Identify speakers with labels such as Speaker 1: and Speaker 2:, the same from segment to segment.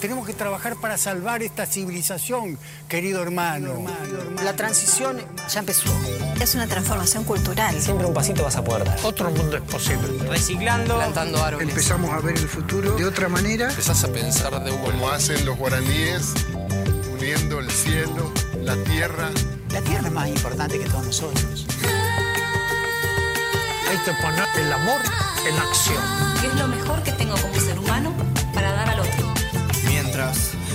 Speaker 1: Tenemos que trabajar para salvar esta civilización, querido hermano.
Speaker 2: La transición ya empezó.
Speaker 3: Es una transformación cultural.
Speaker 4: Siempre un pasito vas a poder dar.
Speaker 5: Otro mundo es posible.
Speaker 4: Reciclando.
Speaker 2: Plantando árboles.
Speaker 1: Empezamos a ver el futuro de otra manera.
Speaker 6: Empezás a pensar de como hacen los guaraníes, uniendo el cielo, la tierra.
Speaker 7: La tierra es más importante que todos nosotros.
Speaker 5: Hay que poner el amor en acción.
Speaker 8: ¿Qué es lo mejor que tengo como ser humano para dar al otro?
Speaker 9: Mientras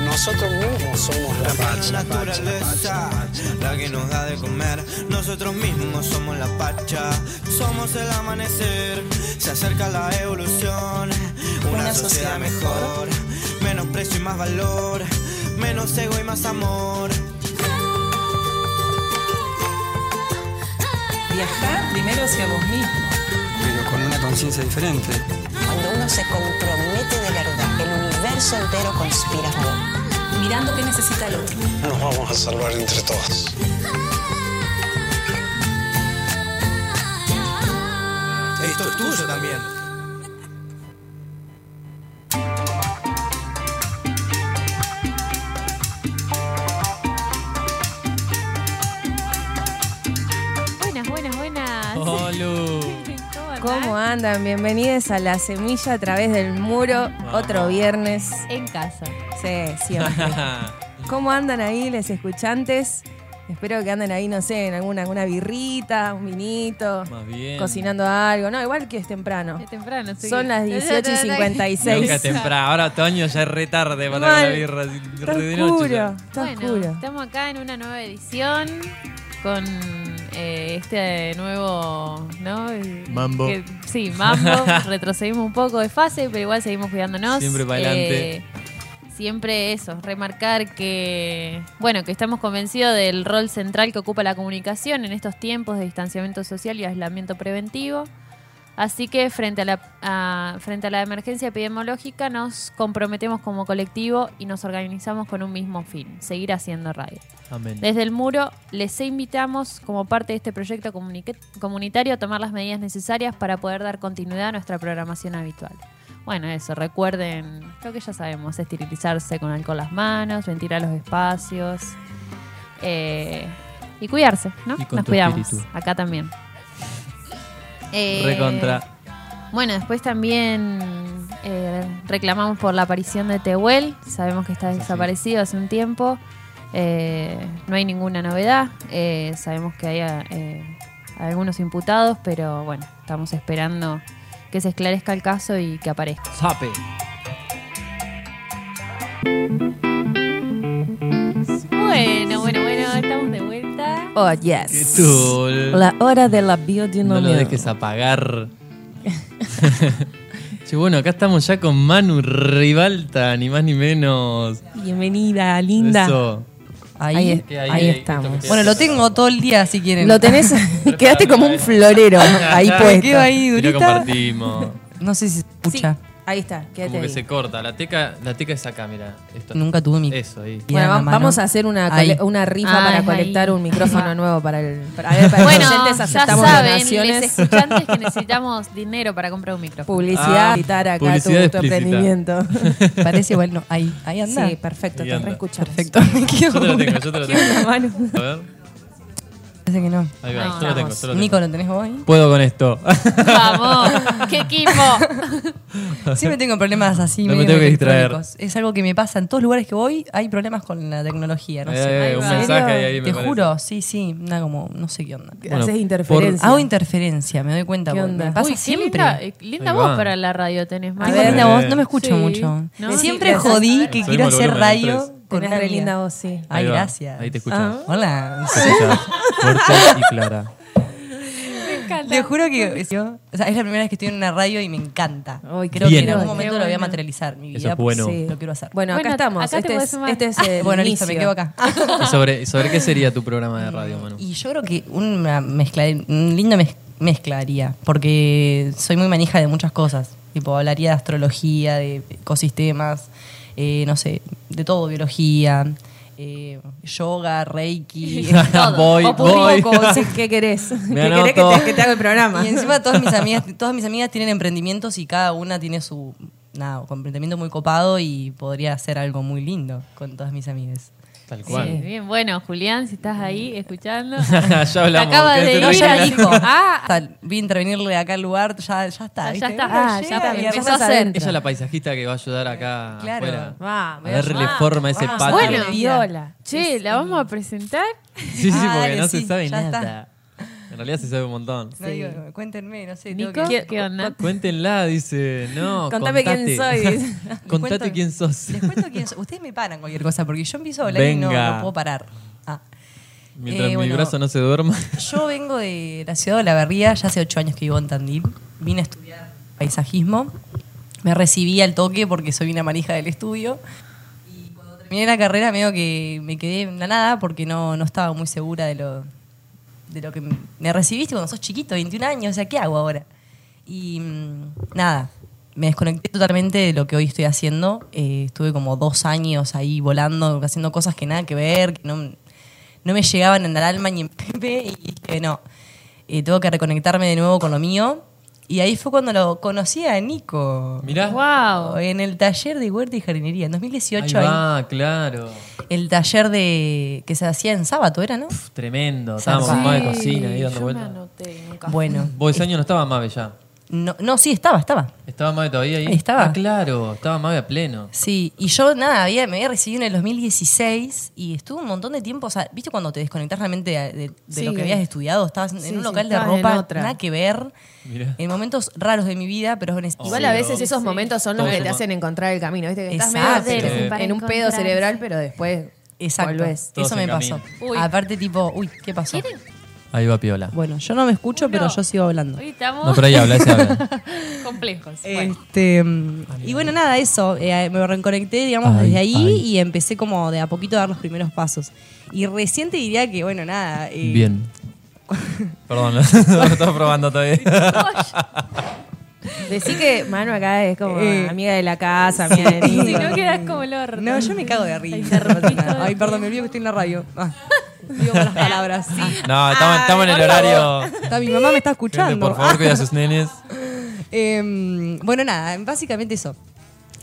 Speaker 4: Nosotros mismos somos la
Speaker 9: La
Speaker 4: pacha.
Speaker 9: naturaleza, la que nos da de comer. Nosotros mismos somos la pacha, somos el amanecer. Se acerca la evolución, una,
Speaker 3: Una sociedad
Speaker 9: sociedad, mejor. Menos precio y más valor, menos ego y más amor.
Speaker 10: Viajar primero hacia vos mismo.
Speaker 4: Pero con una conciencia diferente.
Speaker 2: Cuando uno se compromete de verdad, el universo entero conspira por uno.
Speaker 8: Mirando qué necesita el otro.
Speaker 4: Nos vamos a salvar entre todos.
Speaker 9: Esto es tuyo también.
Speaker 11: Buenas, buenas, buenas.
Speaker 4: Olu.
Speaker 11: ¿Cómo
Speaker 10: ¿Cómo
Speaker 11: andás?
Speaker 10: andan? Bienvenidos a La Semilla a través del muro. Otro viernes.
Speaker 11: En casa.
Speaker 10: Sí, siempre. ¿Cómo andan ahí, les escuchantes? Espero que anden ahí, no sé, en alguna, alguna birrita, un vinito,
Speaker 12: Más bien.
Speaker 10: cocinando algo. No, igual que es temprano.
Speaker 11: Es temprano, sí.
Speaker 10: Son las 18 y 56.
Speaker 12: Nunca temprano. Ahora otoño ya es re tarde para
Speaker 10: Mal.
Speaker 12: la birra. así,
Speaker 10: Está
Speaker 12: re de noche ya.
Speaker 10: oscuro, está
Speaker 11: Bueno,
Speaker 10: oscuro.
Speaker 11: estamos acá en una nueva edición con eh, este nuevo, ¿no? El-
Speaker 12: Mambo.
Speaker 11: que- sí, mambo. Retrocedimos un poco de fase, pero igual seguimos cuidándonos.
Speaker 12: Siempre pa'lante.
Speaker 11: Eh, siempre eso, remarcar que, bueno, que estamos convencidos del rol central que ocupa la comunicación en estos tiempos de distanciamiento social y aislamiento preventivo. Así que frente a, la, a- frente a la emergencia epidemiológica nos comprometemos como colectivo y nos organizamos con un mismo fin, seguir haciendo radio.
Speaker 12: Amén.
Speaker 11: Desde el muro les invitamos como parte de este proyecto comunique- comunitario a tomar las medidas necesarias para poder dar continuidad a nuestra programación habitual. Bueno, eso, recuerden lo que ya sabemos, esterilizarse con alcohol las manos, ventilar los espacios eh, y cuidarse, ¿no?
Speaker 12: Y con
Speaker 11: Nos
Speaker 12: tu
Speaker 11: cuidamos,
Speaker 12: espíritu.
Speaker 11: acá también. Eh,
Speaker 12: Recontra.
Speaker 11: bueno, después también eh, reclamamos por la aparición de Tehuel. Sabemos que está
Speaker 12: Sí, sí.
Speaker 11: desaparecido hace un tiempo. Eh, no hay ninguna novedad. Eh, sabemos que hay a- eh, algunos imputados, pero bueno, estamos esperando que se esclarezca el caso y que aparezca.
Speaker 12: Sape.
Speaker 11: Bueno, bueno, bueno, estamos de vuelta.
Speaker 10: Oh,
Speaker 12: Qué
Speaker 10: yes.
Speaker 12: tul.
Speaker 10: La hora de la
Speaker 12: No
Speaker 10: biodinamia.
Speaker 12: lo dejes apagar. che, bueno, acá estamos ya con Manu Rivalta, ni más ni menos.
Speaker 10: Bienvenida, linda.
Speaker 12: Eso.
Speaker 10: Ahí,
Speaker 2: Ahí-
Speaker 12: ¿Qué hay?
Speaker 10: ahí
Speaker 12: ¿Esto
Speaker 10: estamos.
Speaker 12: qué es?
Speaker 2: Bueno, lo tengo todo el día si quieren.
Speaker 10: Lo tenés, quedaste como un florero ahí
Speaker 12: Me
Speaker 10: puesto.
Speaker 2: quedo ahí,
Speaker 12: Y lo
Speaker 2: durita.
Speaker 12: compartimos.
Speaker 2: No sé si se escucha.
Speaker 10: Sí, ahí está, quédate
Speaker 12: Como que
Speaker 10: ahí.
Speaker 12: se corta. La teca, la teca es acá, mira. Esto.
Speaker 2: Nunca tuve mi.
Speaker 12: Eso, ahí.
Speaker 2: Bien,
Speaker 10: Bueno, va-
Speaker 2: hermano.
Speaker 10: vamos a hacer una,
Speaker 2: Ahí.
Speaker 10: cole- una rifa
Speaker 11: Ah,
Speaker 10: para
Speaker 11: es
Speaker 10: colectar
Speaker 11: ahí.
Speaker 10: un micrófono nuevo para el. Para, a ver, para
Speaker 11: Bueno,
Speaker 10: los oyentes
Speaker 11: ya
Speaker 10: aceptamos
Speaker 11: saben,
Speaker 10: donaciones.
Speaker 11: les escuchantes que necesitamos dinero para comprar un micrófono.
Speaker 10: Publicidad,
Speaker 12: Ah,
Speaker 10: citar acá
Speaker 12: publicidad
Speaker 10: tu- tu,
Speaker 12: explícita.
Speaker 10: emprendimiento.
Speaker 2: Parece igual, no. Ahí, ahí anda.
Speaker 10: sí, perfecto,
Speaker 12: Ahí
Speaker 10: te
Speaker 12: anda.
Speaker 10: reescuchamos.
Speaker 2: Perfecto. Me
Speaker 12: Yo
Speaker 2: quedo
Speaker 12: te lo
Speaker 2: con-
Speaker 12: tengo, yo te lo tengo.
Speaker 10: Manu.
Speaker 12: A ver.
Speaker 2: Parece que no.
Speaker 12: Ahí va, yo
Speaker 11: No,
Speaker 12: lo tengo,
Speaker 10: vamos.
Speaker 12: yo lo tengo.
Speaker 2: Nico, ¿lo tenés vos ahí?
Speaker 12: Puedo con esto.
Speaker 11: Vamos, qué equipo.
Speaker 2: Siempre tengo problemas así.
Speaker 12: No me
Speaker 2: medio
Speaker 12: tengo que distraer.
Speaker 2: electrónicos. Es algo que me pasa. En todos lugares que voy hay problemas con la tecnología. No sé.
Speaker 12: Eh, eh,
Speaker 11: Ahí
Speaker 12: un
Speaker 11: va.
Speaker 12: mensaje ahí, ahí me
Speaker 2: Te
Speaker 12: parece.
Speaker 2: juro, sí, sí. Nada como, no sé qué onda.
Speaker 12: Bueno,
Speaker 10: Haces
Speaker 12: por-
Speaker 10: interferencia.
Speaker 2: Hago interferencia, me doy cuenta.
Speaker 10: ¿Qué
Speaker 2: porque
Speaker 10: onda?
Speaker 2: Me pasa
Speaker 11: Uy, qué
Speaker 2: siempre.
Speaker 11: linda, eh, linda
Speaker 12: Ahí
Speaker 11: voz
Speaker 12: va.
Speaker 11: para la radio tenés,
Speaker 2: Tengo
Speaker 12: ver. eh,
Speaker 11: María.
Speaker 2: linda voz, no me escucho
Speaker 11: Sí.
Speaker 2: mucho.
Speaker 11: No,
Speaker 2: siempre
Speaker 10: sí,
Speaker 2: jodí
Speaker 11: gracias.
Speaker 2: que
Speaker 12: Subimos
Speaker 2: quiero
Speaker 12: el
Speaker 2: hacer
Speaker 12: volumen al
Speaker 2: radio
Speaker 12: tres.
Speaker 2: con
Speaker 10: Tenés
Speaker 2: una
Speaker 10: re linda
Speaker 2: linda voz.
Speaker 10: voz, sí.
Speaker 2: Ay,
Speaker 12: Ahí va.
Speaker 2: gracias. Ah,
Speaker 12: Ahí te escuchas.
Speaker 2: Hola.
Speaker 12: Te escuchas Fuerte y clara.
Speaker 2: Te juro que yo- o sea, es la primera vez que estoy en una radio y me encanta.
Speaker 10: Ay, qué
Speaker 2: Creo
Speaker 12: Bien.
Speaker 2: que en algún
Speaker 12: Qué
Speaker 2: momento lo voy a
Speaker 11: bueno.
Speaker 2: materializar. Mi
Speaker 12: Eso
Speaker 2: vida
Speaker 12: es bueno.
Speaker 2: sí, lo quiero hacer.
Speaker 10: Bueno, acá
Speaker 11: Bueno,
Speaker 10: estamos.
Speaker 11: acá te
Speaker 10: este,
Speaker 11: podés
Speaker 10: es,
Speaker 11: sumar.
Speaker 10: este es
Speaker 2: Ah,
Speaker 10: el
Speaker 2: bueno, listo, me
Speaker 10: inicio.
Speaker 2: quedo acá.
Speaker 12: ¿Y sobre, sobre qué sería tu programa de radio, Manu?
Speaker 2: Y yo creo que una mezcla, un lindo mez-
Speaker 10: mezclaría, porque soy muy manija de muchas cosas. Tipo, hablaría de astrología, de ecosistemas, eh, no sé, de todo, biología, eh, yoga, reiki.
Speaker 11: Todo. Voy, Popurrí, voy. poco, si es que querés.
Speaker 10: Me
Speaker 11: Que querés que
Speaker 10: anoto.
Speaker 11: te- que te haga el programa.
Speaker 10: Y encima todas mis amigas, todas mis amigas tienen emprendimientos y cada una tiene su nada, un emprendimiento muy copado y podría hacer algo muy lindo con todas mis amigas.
Speaker 12: Tal
Speaker 2: Sí, bien, bueno, Julián, si estás ahí escuchando.
Speaker 12: Ya hablamos,
Speaker 2: Acaba
Speaker 12: quédate
Speaker 2: de ir
Speaker 10: No, ya
Speaker 2: al-
Speaker 10: dijo.
Speaker 2: Ah,
Speaker 10: Hasta vi intervenirle acá al lugar, ya, ya está.
Speaker 2: Ya
Speaker 10: ¿viste?
Speaker 2: está,
Speaker 10: Ah,
Speaker 2: ya
Speaker 10: llega,
Speaker 2: está,
Speaker 10: y
Speaker 2: empezó
Speaker 10: arrancas
Speaker 2: a hacer.
Speaker 10: adentro.
Speaker 12: Ella es la paisajista que va a ayudar acá
Speaker 10: Claro.
Speaker 12: afuera.
Speaker 10: Va,
Speaker 12: a
Speaker 10: voy a
Speaker 12: darle
Speaker 10: ayudar.
Speaker 12: forma a ese
Speaker 10: Va.
Speaker 12: patio.
Speaker 2: Ah, Bueno,
Speaker 10: Patio.
Speaker 2: viola. Che, ¿la vamos a presentar?
Speaker 12: Sí, sí, porque
Speaker 10: Ah, Dale,
Speaker 12: no
Speaker 10: sí,
Speaker 12: se sabe
Speaker 10: ya
Speaker 12: nada.
Speaker 10: está.
Speaker 12: En realidad se sabe un montón.
Speaker 10: No, digo, cuéntenme, no sé. tengo
Speaker 2: Nico,
Speaker 10: que-
Speaker 2: ¿qué onda?
Speaker 12: Cuéntenla, dice. No,
Speaker 10: Contame
Speaker 12: contate.
Speaker 10: quién soy, dice.
Speaker 12: contate
Speaker 10: Cuento-
Speaker 12: quién sos.
Speaker 10: Les cuento quién soy. Ustedes me paran cualquier cosa porque yo empiezo a hablar y no-
Speaker 12: Venga.
Speaker 10: no, puedo parar. Ah.
Speaker 12: Mientras
Speaker 10: Eh,
Speaker 12: mi
Speaker 10: bueno,
Speaker 12: brazo no se duerma.
Speaker 10: Yo vengo de la ciudad de Olavarría, ya hace ocho años que vivo en Tandil. Vine a estudiar paisajismo. Me recibí al toque porque soy una manija del estudio. Y cuando terminé la carrera, medio que me quedé en la nada porque no, no estaba muy segura de lo, de lo que m- me recibiste cuando sos chiquito, 21 años. O sea, ¿qué hago ahora? Y mm, nada, me desconecté totalmente de lo que hoy estoy haciendo. Eh, estuve como dos años ahí volando, haciendo cosas que nada que ver, que no, no me llegaban en el alma ni en Pepe. Y dije, no, eh, tengo que reconectarme de nuevo con lo mío. Y ahí fue cuando lo conocí a Nico.
Speaker 12: Mirá.
Speaker 2: Wow.
Speaker 10: En el taller de huerta y jardinería, en 2018.
Speaker 12: Ahí
Speaker 10: ahí.
Speaker 12: va, claro.
Speaker 10: el taller de que se hacía en sábado, ¿era, no?
Speaker 12: Pf, Tremendo.
Speaker 10: Zarpado.
Speaker 12: Estábamos más de cocina ahí dando vueltas.
Speaker 10: Bueno,
Speaker 12: Vos ese año no estaba Mave ya.
Speaker 10: no, no, sí, estaba, estaba.
Speaker 12: Estaba Mave todavía ahí.
Speaker 10: Estaba.
Speaker 12: Ah, claro. Estaba Mave a pleno.
Speaker 10: Sí, y yo nada, había, me había recibido en el 2016 y estuve un montón de tiempo, o sea, ¿viste cuando te desconectás realmente de, de- de
Speaker 11: Sí,
Speaker 10: lo que
Speaker 11: eh.
Speaker 10: habías estudiado? Estabas en
Speaker 11: Sí,
Speaker 10: un
Speaker 11: sí,
Speaker 10: local de
Speaker 11: estabas en
Speaker 10: ropa,
Speaker 11: otra.
Speaker 10: nada que ver,
Speaker 12: Mirá. Oh.
Speaker 10: en momentos raros de mi vida, pero... en-
Speaker 11: Igual a veces esos momentos son los
Speaker 10: Todo
Speaker 11: que te
Speaker 10: suma.
Speaker 11: hacen encontrar el camino, ¿viste? Que estás
Speaker 10: Exacto.
Speaker 11: medio
Speaker 10: Sí.
Speaker 11: en-
Speaker 10: Para
Speaker 11: en un pedo
Speaker 10: encontrarse.
Speaker 11: cerebral, pero después
Speaker 10: Exacto,
Speaker 11: volvés.
Speaker 12: Todos
Speaker 10: eso me
Speaker 12: en
Speaker 10: pasó.
Speaker 12: camino.
Speaker 2: Uy.
Speaker 10: Aparte tipo, uy, ¿qué pasó?
Speaker 12: Ahí va Piola.
Speaker 10: Bueno, yo no me escucho, pero yo sigo hablando.
Speaker 2: Hoy estamos
Speaker 12: No, pero ahí habla, ese habla.
Speaker 2: complejos. Bueno.
Speaker 10: Este, mm, y bueno, nada, eso. eh, me reconecté, digamos,
Speaker 12: Ah, Ay,
Speaker 10: desde ahí
Speaker 12: ay.
Speaker 10: y empecé como de a poquito a dar los primeros pasos. Y recién te diría que, bueno, nada. eh,
Speaker 12: Bien. Perdón, lo estaba probando todavía.
Speaker 11: Decí que Eh, Manu acá es como
Speaker 10: Eh.
Speaker 11: amiga de la casa, amiga de mí.
Speaker 2: Si no quedas como el orto.
Speaker 10: No, yo me cago de risa.
Speaker 2: Ay, te
Speaker 10: no pasa nada.
Speaker 2: repito.
Speaker 10: Ay, perdón, me olvido que estoy en la radio. Ah, digo malas palabras.
Speaker 12: No, estamos, estamos en el horario.
Speaker 10: Está, mi mamá me está
Speaker 12: Gente,
Speaker 10: escuchando.
Speaker 12: por favor, cuida a sus nenes.
Speaker 10: Em, bueno, nada, básicamente eso.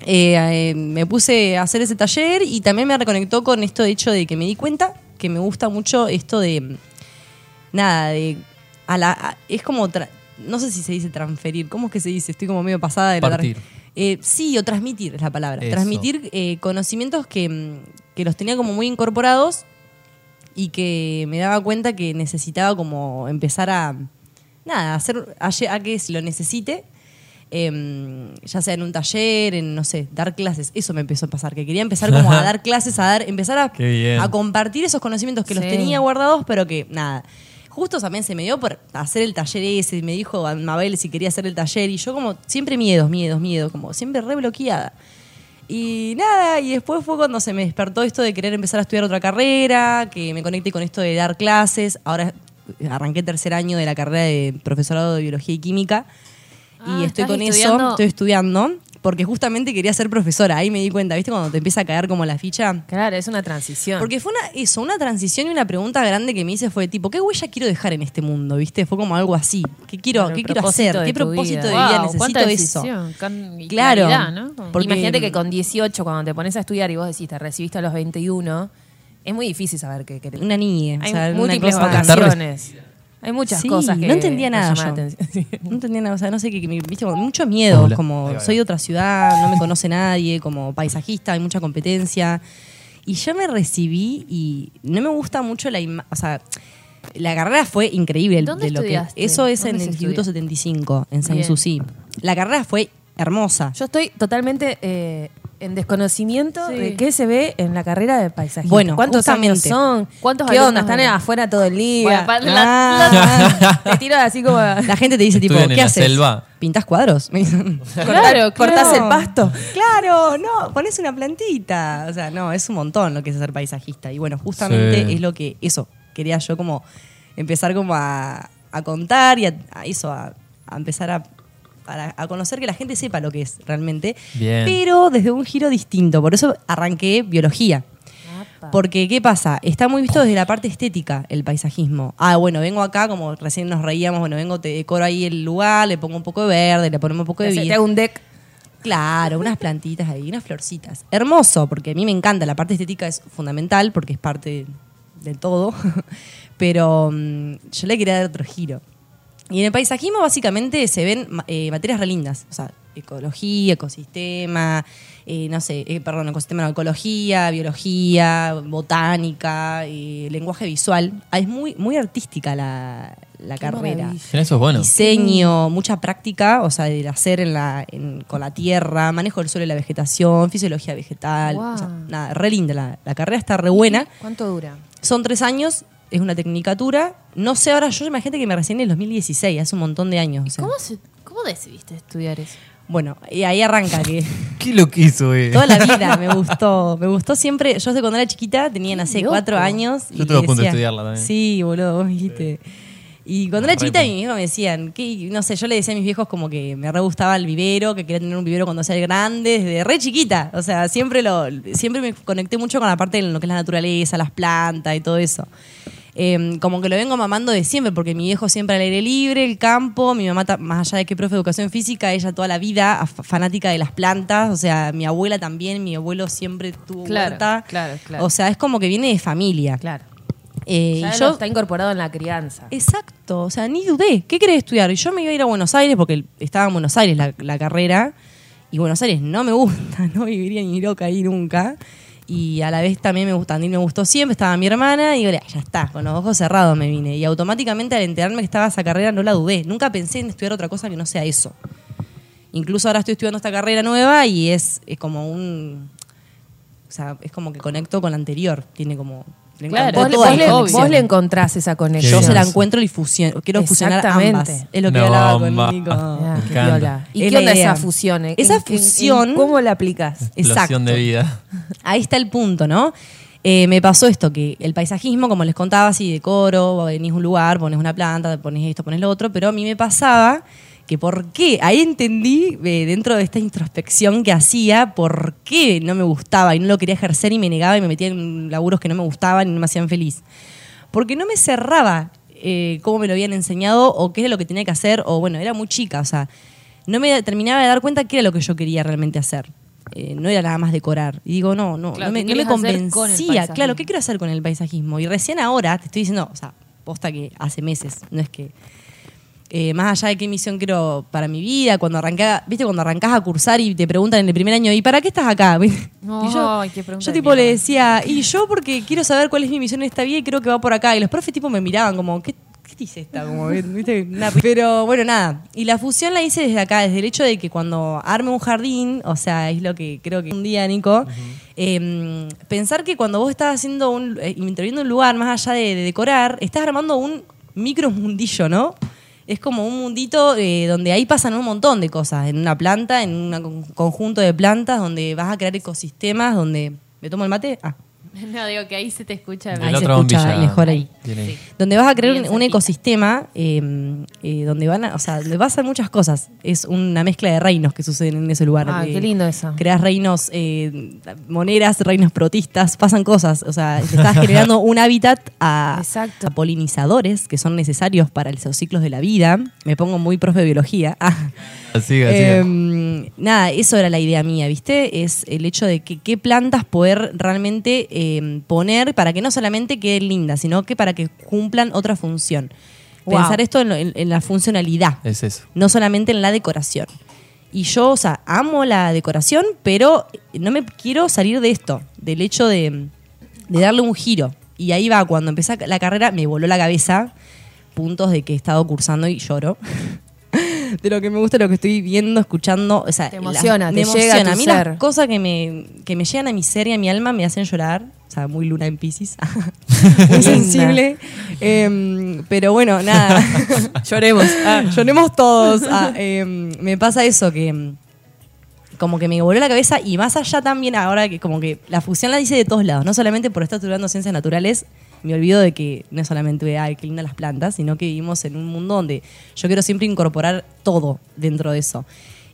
Speaker 10: Eh, eh, me puse a hacer ese taller y también me reconectó con esto de hecho de que me di cuenta que me gusta mucho esto de mm, nada de a la a- es como tra- no sé si se dice transferir cómo es que se dice estoy como medio pasada de la tra-
Speaker 12: Partir.
Speaker 10: Eh, sí o transmitir es la palabra
Speaker 12: Eso.
Speaker 10: transmitir eh, conocimientos que, mm, que los tenía como muy incorporados y que me daba cuenta que necesitaba como empezar a nada, hacer a, lle- a que lo necesite, em, ya sea en un taller, en no sé, dar clases, eso me empezó a pasar, que quería empezar como a dar clases, a dar, empezar
Speaker 12: Qué bien.
Speaker 10: a, a compartir esos conocimientos que los
Speaker 11: Sí.
Speaker 10: tenía guardados, pero que nada. Justo también se me dio por hacer el taller ese, me dijo a Mabel si quería hacer el taller y yo como siempre miedos, miedos, miedos, como siempre re bloqueada. Y nada, y después fue cuando se me despertó esto de querer empezar a estudiar otra carrera, que me conecté con esto de dar clases. Ahora arranqué tercer año de la carrera de profesorado de biología y química.
Speaker 2: Ah,
Speaker 10: y estoy
Speaker 2: estás
Speaker 10: con
Speaker 2: estudiando-
Speaker 10: eso, estoy estudiando, porque justamente quería ser profesora. Ahí me di cuenta, ¿viste? Cuando te empieza a caer como la ficha.
Speaker 11: Claro, es una transición.
Speaker 10: Porque fue una, eso, una transición y una pregunta grande que me hice fue tipo, ¿qué huella quiero dejar en este mundo? ¿Viste? Fue como algo así. ¿Qué quiero,
Speaker 11: Claro,
Speaker 10: ¿qué
Speaker 11: el
Speaker 10: quiero
Speaker 11: propósito
Speaker 10: hacer?
Speaker 11: de
Speaker 10: ¿Qué
Speaker 11: tu
Speaker 10: propósito
Speaker 11: vida.
Speaker 10: de vida
Speaker 2: Wow, cuánta
Speaker 10: necesito eso?
Speaker 2: decisión, can- y
Speaker 10: Claro.
Speaker 2: claridad, ¿no?
Speaker 10: Porque-
Speaker 11: Imagínate que con 18, cuando te pones a estudiar y vos decís, te recibiste a los 21, es muy difícil saber qué querés.
Speaker 10: Una niña. o
Speaker 11: Hay
Speaker 10: sea, una
Speaker 11: múltiples
Speaker 10: cosa-
Speaker 11: vacaciones. Hay muchas
Speaker 10: Sí,
Speaker 11: cosas que
Speaker 10: no entendía nada
Speaker 11: nos llaman la
Speaker 10: yo.
Speaker 11: atención.
Speaker 10: No entendía nada, o sea, no sé qué, que me- viste, como mucho miedo,
Speaker 12: Hola. Ahí
Speaker 10: como
Speaker 12: va.
Speaker 10: soy de otra ciudad, no me conoce nadie, como paisajista, hay mucha competencia. Y yo me recibí y no me gusta mucho la ima- o sea, la carrera fue increíble
Speaker 2: ¿Dónde
Speaker 10: de lo que
Speaker 2: estudiaste?
Speaker 10: eso es
Speaker 2: ¿Dónde
Speaker 10: en el
Speaker 2: se
Speaker 10: Instituto
Speaker 2: estudia?
Speaker 10: 75 en San
Speaker 2: Bien.
Speaker 10: Susi. La carrera fue hermosa.
Speaker 11: Yo estoy totalmente eh, en desconocimiento
Speaker 2: Sí.
Speaker 11: de qué se ve en la carrera de paisajismo.
Speaker 10: Bueno,
Speaker 11: ¿cuántos años
Speaker 10: justamente.
Speaker 11: son?
Speaker 2: ¿Cuántos
Speaker 11: ¿Qué
Speaker 2: alumnos
Speaker 11: onda? ¿Están
Speaker 2: eran?
Speaker 11: afuera todo el
Speaker 2: Bueno,
Speaker 11: día?
Speaker 2: pa- la-
Speaker 11: Ah, te tiro así como.
Speaker 10: La gente te dice tipo,
Speaker 12: Estudian en
Speaker 10: ¿qué
Speaker 12: la
Speaker 10: haces?
Speaker 12: selva.
Speaker 10: ¿Pintas cuadros? Me dicen.
Speaker 2: Claro,
Speaker 11: Cortás
Speaker 2: claro.
Speaker 11: el pasto.
Speaker 10: Claro, no, pones una plantita. O sea, no, es un montón lo que es ser paisajista. Y bueno, justamente
Speaker 12: Sí.
Speaker 10: es lo que, eso, quería yo como empezar como a, a contar y a, a eso, a, a empezar a, para- a conocer que la gente sepa lo que es realmente.
Speaker 13: Bien.
Speaker 10: Pero desde un giro distinto. Por eso arranqué biología. Porque, ¿qué pasa? Está muy visto desde la parte estética el paisajismo. Ah, bueno, vengo acá, como recién nos reíamos, bueno, vengo, te decoro ahí el lugar, le pongo un poco de verde, le ponemos un poco de
Speaker 11: Te hace-
Speaker 10: vida.
Speaker 11: te hago un
Speaker 10: deck. Claro, unas plantitas ahí, unas florcitas. Hermoso, porque a mí me encanta. La parte estética es fundamental porque es parte de todo. Pero mm, yo le quería dar otro giro. Y en el paisajismo básicamente se ven ma- eh, materias relindas, o sea, ecología, ecosistema, eh, no sé, eh, perdón, ecosistema, no, ecología, biología, botánica, eh, lenguaje visual. Ah, es muy, muy artística la, la carrera.
Speaker 12: En eso es bueno.
Speaker 10: Diseño, mucha práctica, o sea, del hacer en la, en- con la tierra, manejo del suelo y la vegetación, fisiología vegetal, o sea,
Speaker 11: Guau.
Speaker 10: nada, re linda, la, la carrera está re buena.
Speaker 11: ¿Cuánto dura?
Speaker 10: Son tres años, es una tecnicatura. No sé, ahora yo imagínate que me recién en el 2016, hace un montón de años. o sea.
Speaker 2: ¿Cómo, se- cómo decidiste estudiar eso?
Speaker 10: Bueno, y ahí arranca que
Speaker 12: ¿Qué lo quiso, eh?
Speaker 10: toda la vida me gustó. Me gustó siempre. Yo desde cuando era chiquita, tenía, no sé, cuatro años.
Speaker 12: Yo
Speaker 10: y
Speaker 12: estuve a punto de
Speaker 10: decía-
Speaker 12: estudiarla también.
Speaker 10: Sí, boludo, vos dijiste. Y cuando era
Speaker 12: Re
Speaker 10: chiquita,
Speaker 12: bueno.
Speaker 10: mis viejos me decían, que, no sé, yo le decía a mis viejos como que me re gustaba el vivero, que quería tener un vivero cuando sea grande, desde re chiquita. O sea, siempre, lo, siempre me conecté mucho con la parte de lo que es la naturaleza, las plantas y todo eso. Eh, como que lo vengo mamando de siempre, porque mi viejo siempre al aire libre, el campo, mi mamá, ta- más allá de que profe de educación física, ella toda la vida af- fanática de las plantas, o sea, mi abuela también, mi abuelo siempre tuvo
Speaker 14: Claro,
Speaker 10: huerta.
Speaker 14: claro, claro.
Speaker 10: O sea, es como que viene de familia. Ah, Claro. Eh,
Speaker 14: Ya
Speaker 10: y
Speaker 14: lo
Speaker 10: yo,
Speaker 14: está incorporado en la crianza.
Speaker 10: exacto, o sea, ni dudé, ¿qué querés estudiar? Y yo me iba a ir a Buenos Aires, porque el- estaba en Buenos Aires la, la carrera, y Buenos Aires no me gusta, no viviría ni loca ahí nunca. Y a la vez también me gustó, a mí me gustó siempre, estaba mi hermana, y digo, "Ah, ya está, con los ojos cerrados me vine. Y automáticamente al enterarme que estaba esa carrera no la dudé, nunca pensé en estudiar otra cosa que no sea eso. Incluso ahora estoy estudiando esta carrera nueva y es, es como un... O sea, es como que conecto con la anterior, tiene como... le
Speaker 11: Claro,
Speaker 10: encontré
Speaker 11: vos,
Speaker 10: todas
Speaker 11: vos le,
Speaker 10: las
Speaker 11: vos
Speaker 10: conexiones.
Speaker 11: le encontrás esa conexión.
Speaker 10: Yo se la encuentro y fusio- quiero fusionar ambas.
Speaker 11: Exactamente.
Speaker 10: Es lo que
Speaker 12: No,
Speaker 10: hablaba con
Speaker 12: ma-
Speaker 10: Nico.
Speaker 12: Ah, me encanta. viola.
Speaker 11: ¿Y
Speaker 10: Es
Speaker 11: qué
Speaker 10: la
Speaker 11: onda esa
Speaker 10: idea.
Speaker 11: fusión? ¿En-
Speaker 10: Esa
Speaker 11: en- en- en
Speaker 10: fusión.
Speaker 11: ¿Cómo la aplicás?
Speaker 10: Exacto.
Speaker 12: Explosión de vida.
Speaker 10: Ahí está el punto, ¿no? Eh, me pasó esto, que el paisajismo, como les contaba, así decoro, vos venís a un lugar, pones una planta, pones esto, pones lo otro, pero a mí me pasaba que por qué, ahí entendí eh, dentro de esta introspección que hacía, por qué no me gustaba y no lo quería ejercer y me negaba y me metía en laburos que no me gustaban y no me hacían feliz. Porque no me cerraba eh, cómo me lo habían enseñado o qué era lo que tenía que hacer, o bueno, era muy chica, o sea, no me terminaba de dar cuenta qué era lo que yo quería realmente hacer. Eh, no era nada más decorar. Y digo, no, no,
Speaker 2: Claro,
Speaker 10: no me,
Speaker 2: ¿qué
Speaker 10: no me
Speaker 2: querés hacer con el
Speaker 10: convencía.
Speaker 2: paisajismo?
Speaker 10: Claro, ¿qué quiero hacer con el paisajismo? Y recién ahora te estoy diciendo, o sea, posta que hace meses, no es que. eh, más allá de qué misión quiero para mi vida, cuando arrancás, viste, cuando arrancás a cursar y te preguntan en el primer año, ¿y para qué estás acá?
Speaker 2: No,
Speaker 10: Y yo-
Speaker 2: ay, qué pregunta
Speaker 10: yo
Speaker 2: de
Speaker 10: tipo le
Speaker 2: mierda.
Speaker 10: decía, y yo porque quiero saber cuál es mi misión en esta vida y creo que va por acá. Y los profes tipo me miraban como, ¿qué, qué dice esta? Como, ¿viste? Una- Pero bueno, nada. Y la fusión la hice desde acá, desde el hecho de que cuando arme un jardín, o sea, es lo que creo que un día, Nico, eh, pensar que cuando vos estás haciendo un, eh, interviniendo en un lugar, más allá de, de decorar, estás armando un micro mundillo, ¿no? Es como un mundito eh, donde ahí pasan un montón de cosas, en una planta, en un con- conjunto de plantas, donde vas a crear ecosistemas, donde... ¿Me tomo el mate? Ah.
Speaker 2: No, digo que ahí se te escucha.
Speaker 12: El
Speaker 10: Ahí se
Speaker 12: otro
Speaker 10: escucha
Speaker 12: bombilla
Speaker 10: mejor ahí.
Speaker 12: tiene ahí.
Speaker 10: Donde vas a crear
Speaker 2: Bien
Speaker 10: un, un ecosistema eh, eh, donde van a, o sea, donde pasan muchas cosas. Es una mezcla de reinos que suceden en ese lugar.
Speaker 11: Ah,
Speaker 10: Eh,
Speaker 11: qué lindo eso.
Speaker 10: Creas reinos eh, moneras, reinos protistas, pasan cosas. O sea, te estás generando un hábitat a, a polinizadores que son necesarios para los ciclos de la vida. Me pongo muy profe de biología. Ah.
Speaker 12: Así, así.
Speaker 10: Eh, nada, eso era la idea mía, ¿viste? Es el hecho de que qué plantas poder realmente eh, poner para que no solamente queden lindas, sino que para que cumplan otra función.
Speaker 12: Wow.
Speaker 10: Pensar esto en, lo- en- en la funcionalidad,
Speaker 12: es eso.
Speaker 10: no solamente en la decoración. Y yo, o sea, amo la decoración, pero no me quiero salir de esto, del hecho de, de darle un giro. Y ahí va, cuando empecé la carrera me voló la cabeza, puntos de que he estado cursando y lloro de lo que me gusta, lo que estoy viendo, escuchando. O sea,
Speaker 11: Te emociona,
Speaker 10: las-
Speaker 11: te
Speaker 10: me
Speaker 11: llega a tu
Speaker 10: emociona. A mí las
Speaker 11: ser.
Speaker 10: cosas que me, que me llegan a mi ser y a mi alma me hacen llorar. O sea, muy luna en Pisces. muy sensible. Em, pero bueno, nada. Lloremos. Lloremos todos. Ah, em, me pasa eso que. em, Como que me voló la cabeza y más allá también ahora que como que la fusión la dice de todos lados, no solamente por estar estudiando ciencias naturales, me olvido de que no es solamente, ay, qué lindas las plantas, sino que vivimos en un mundo donde yo quiero siempre incorporar todo dentro de eso.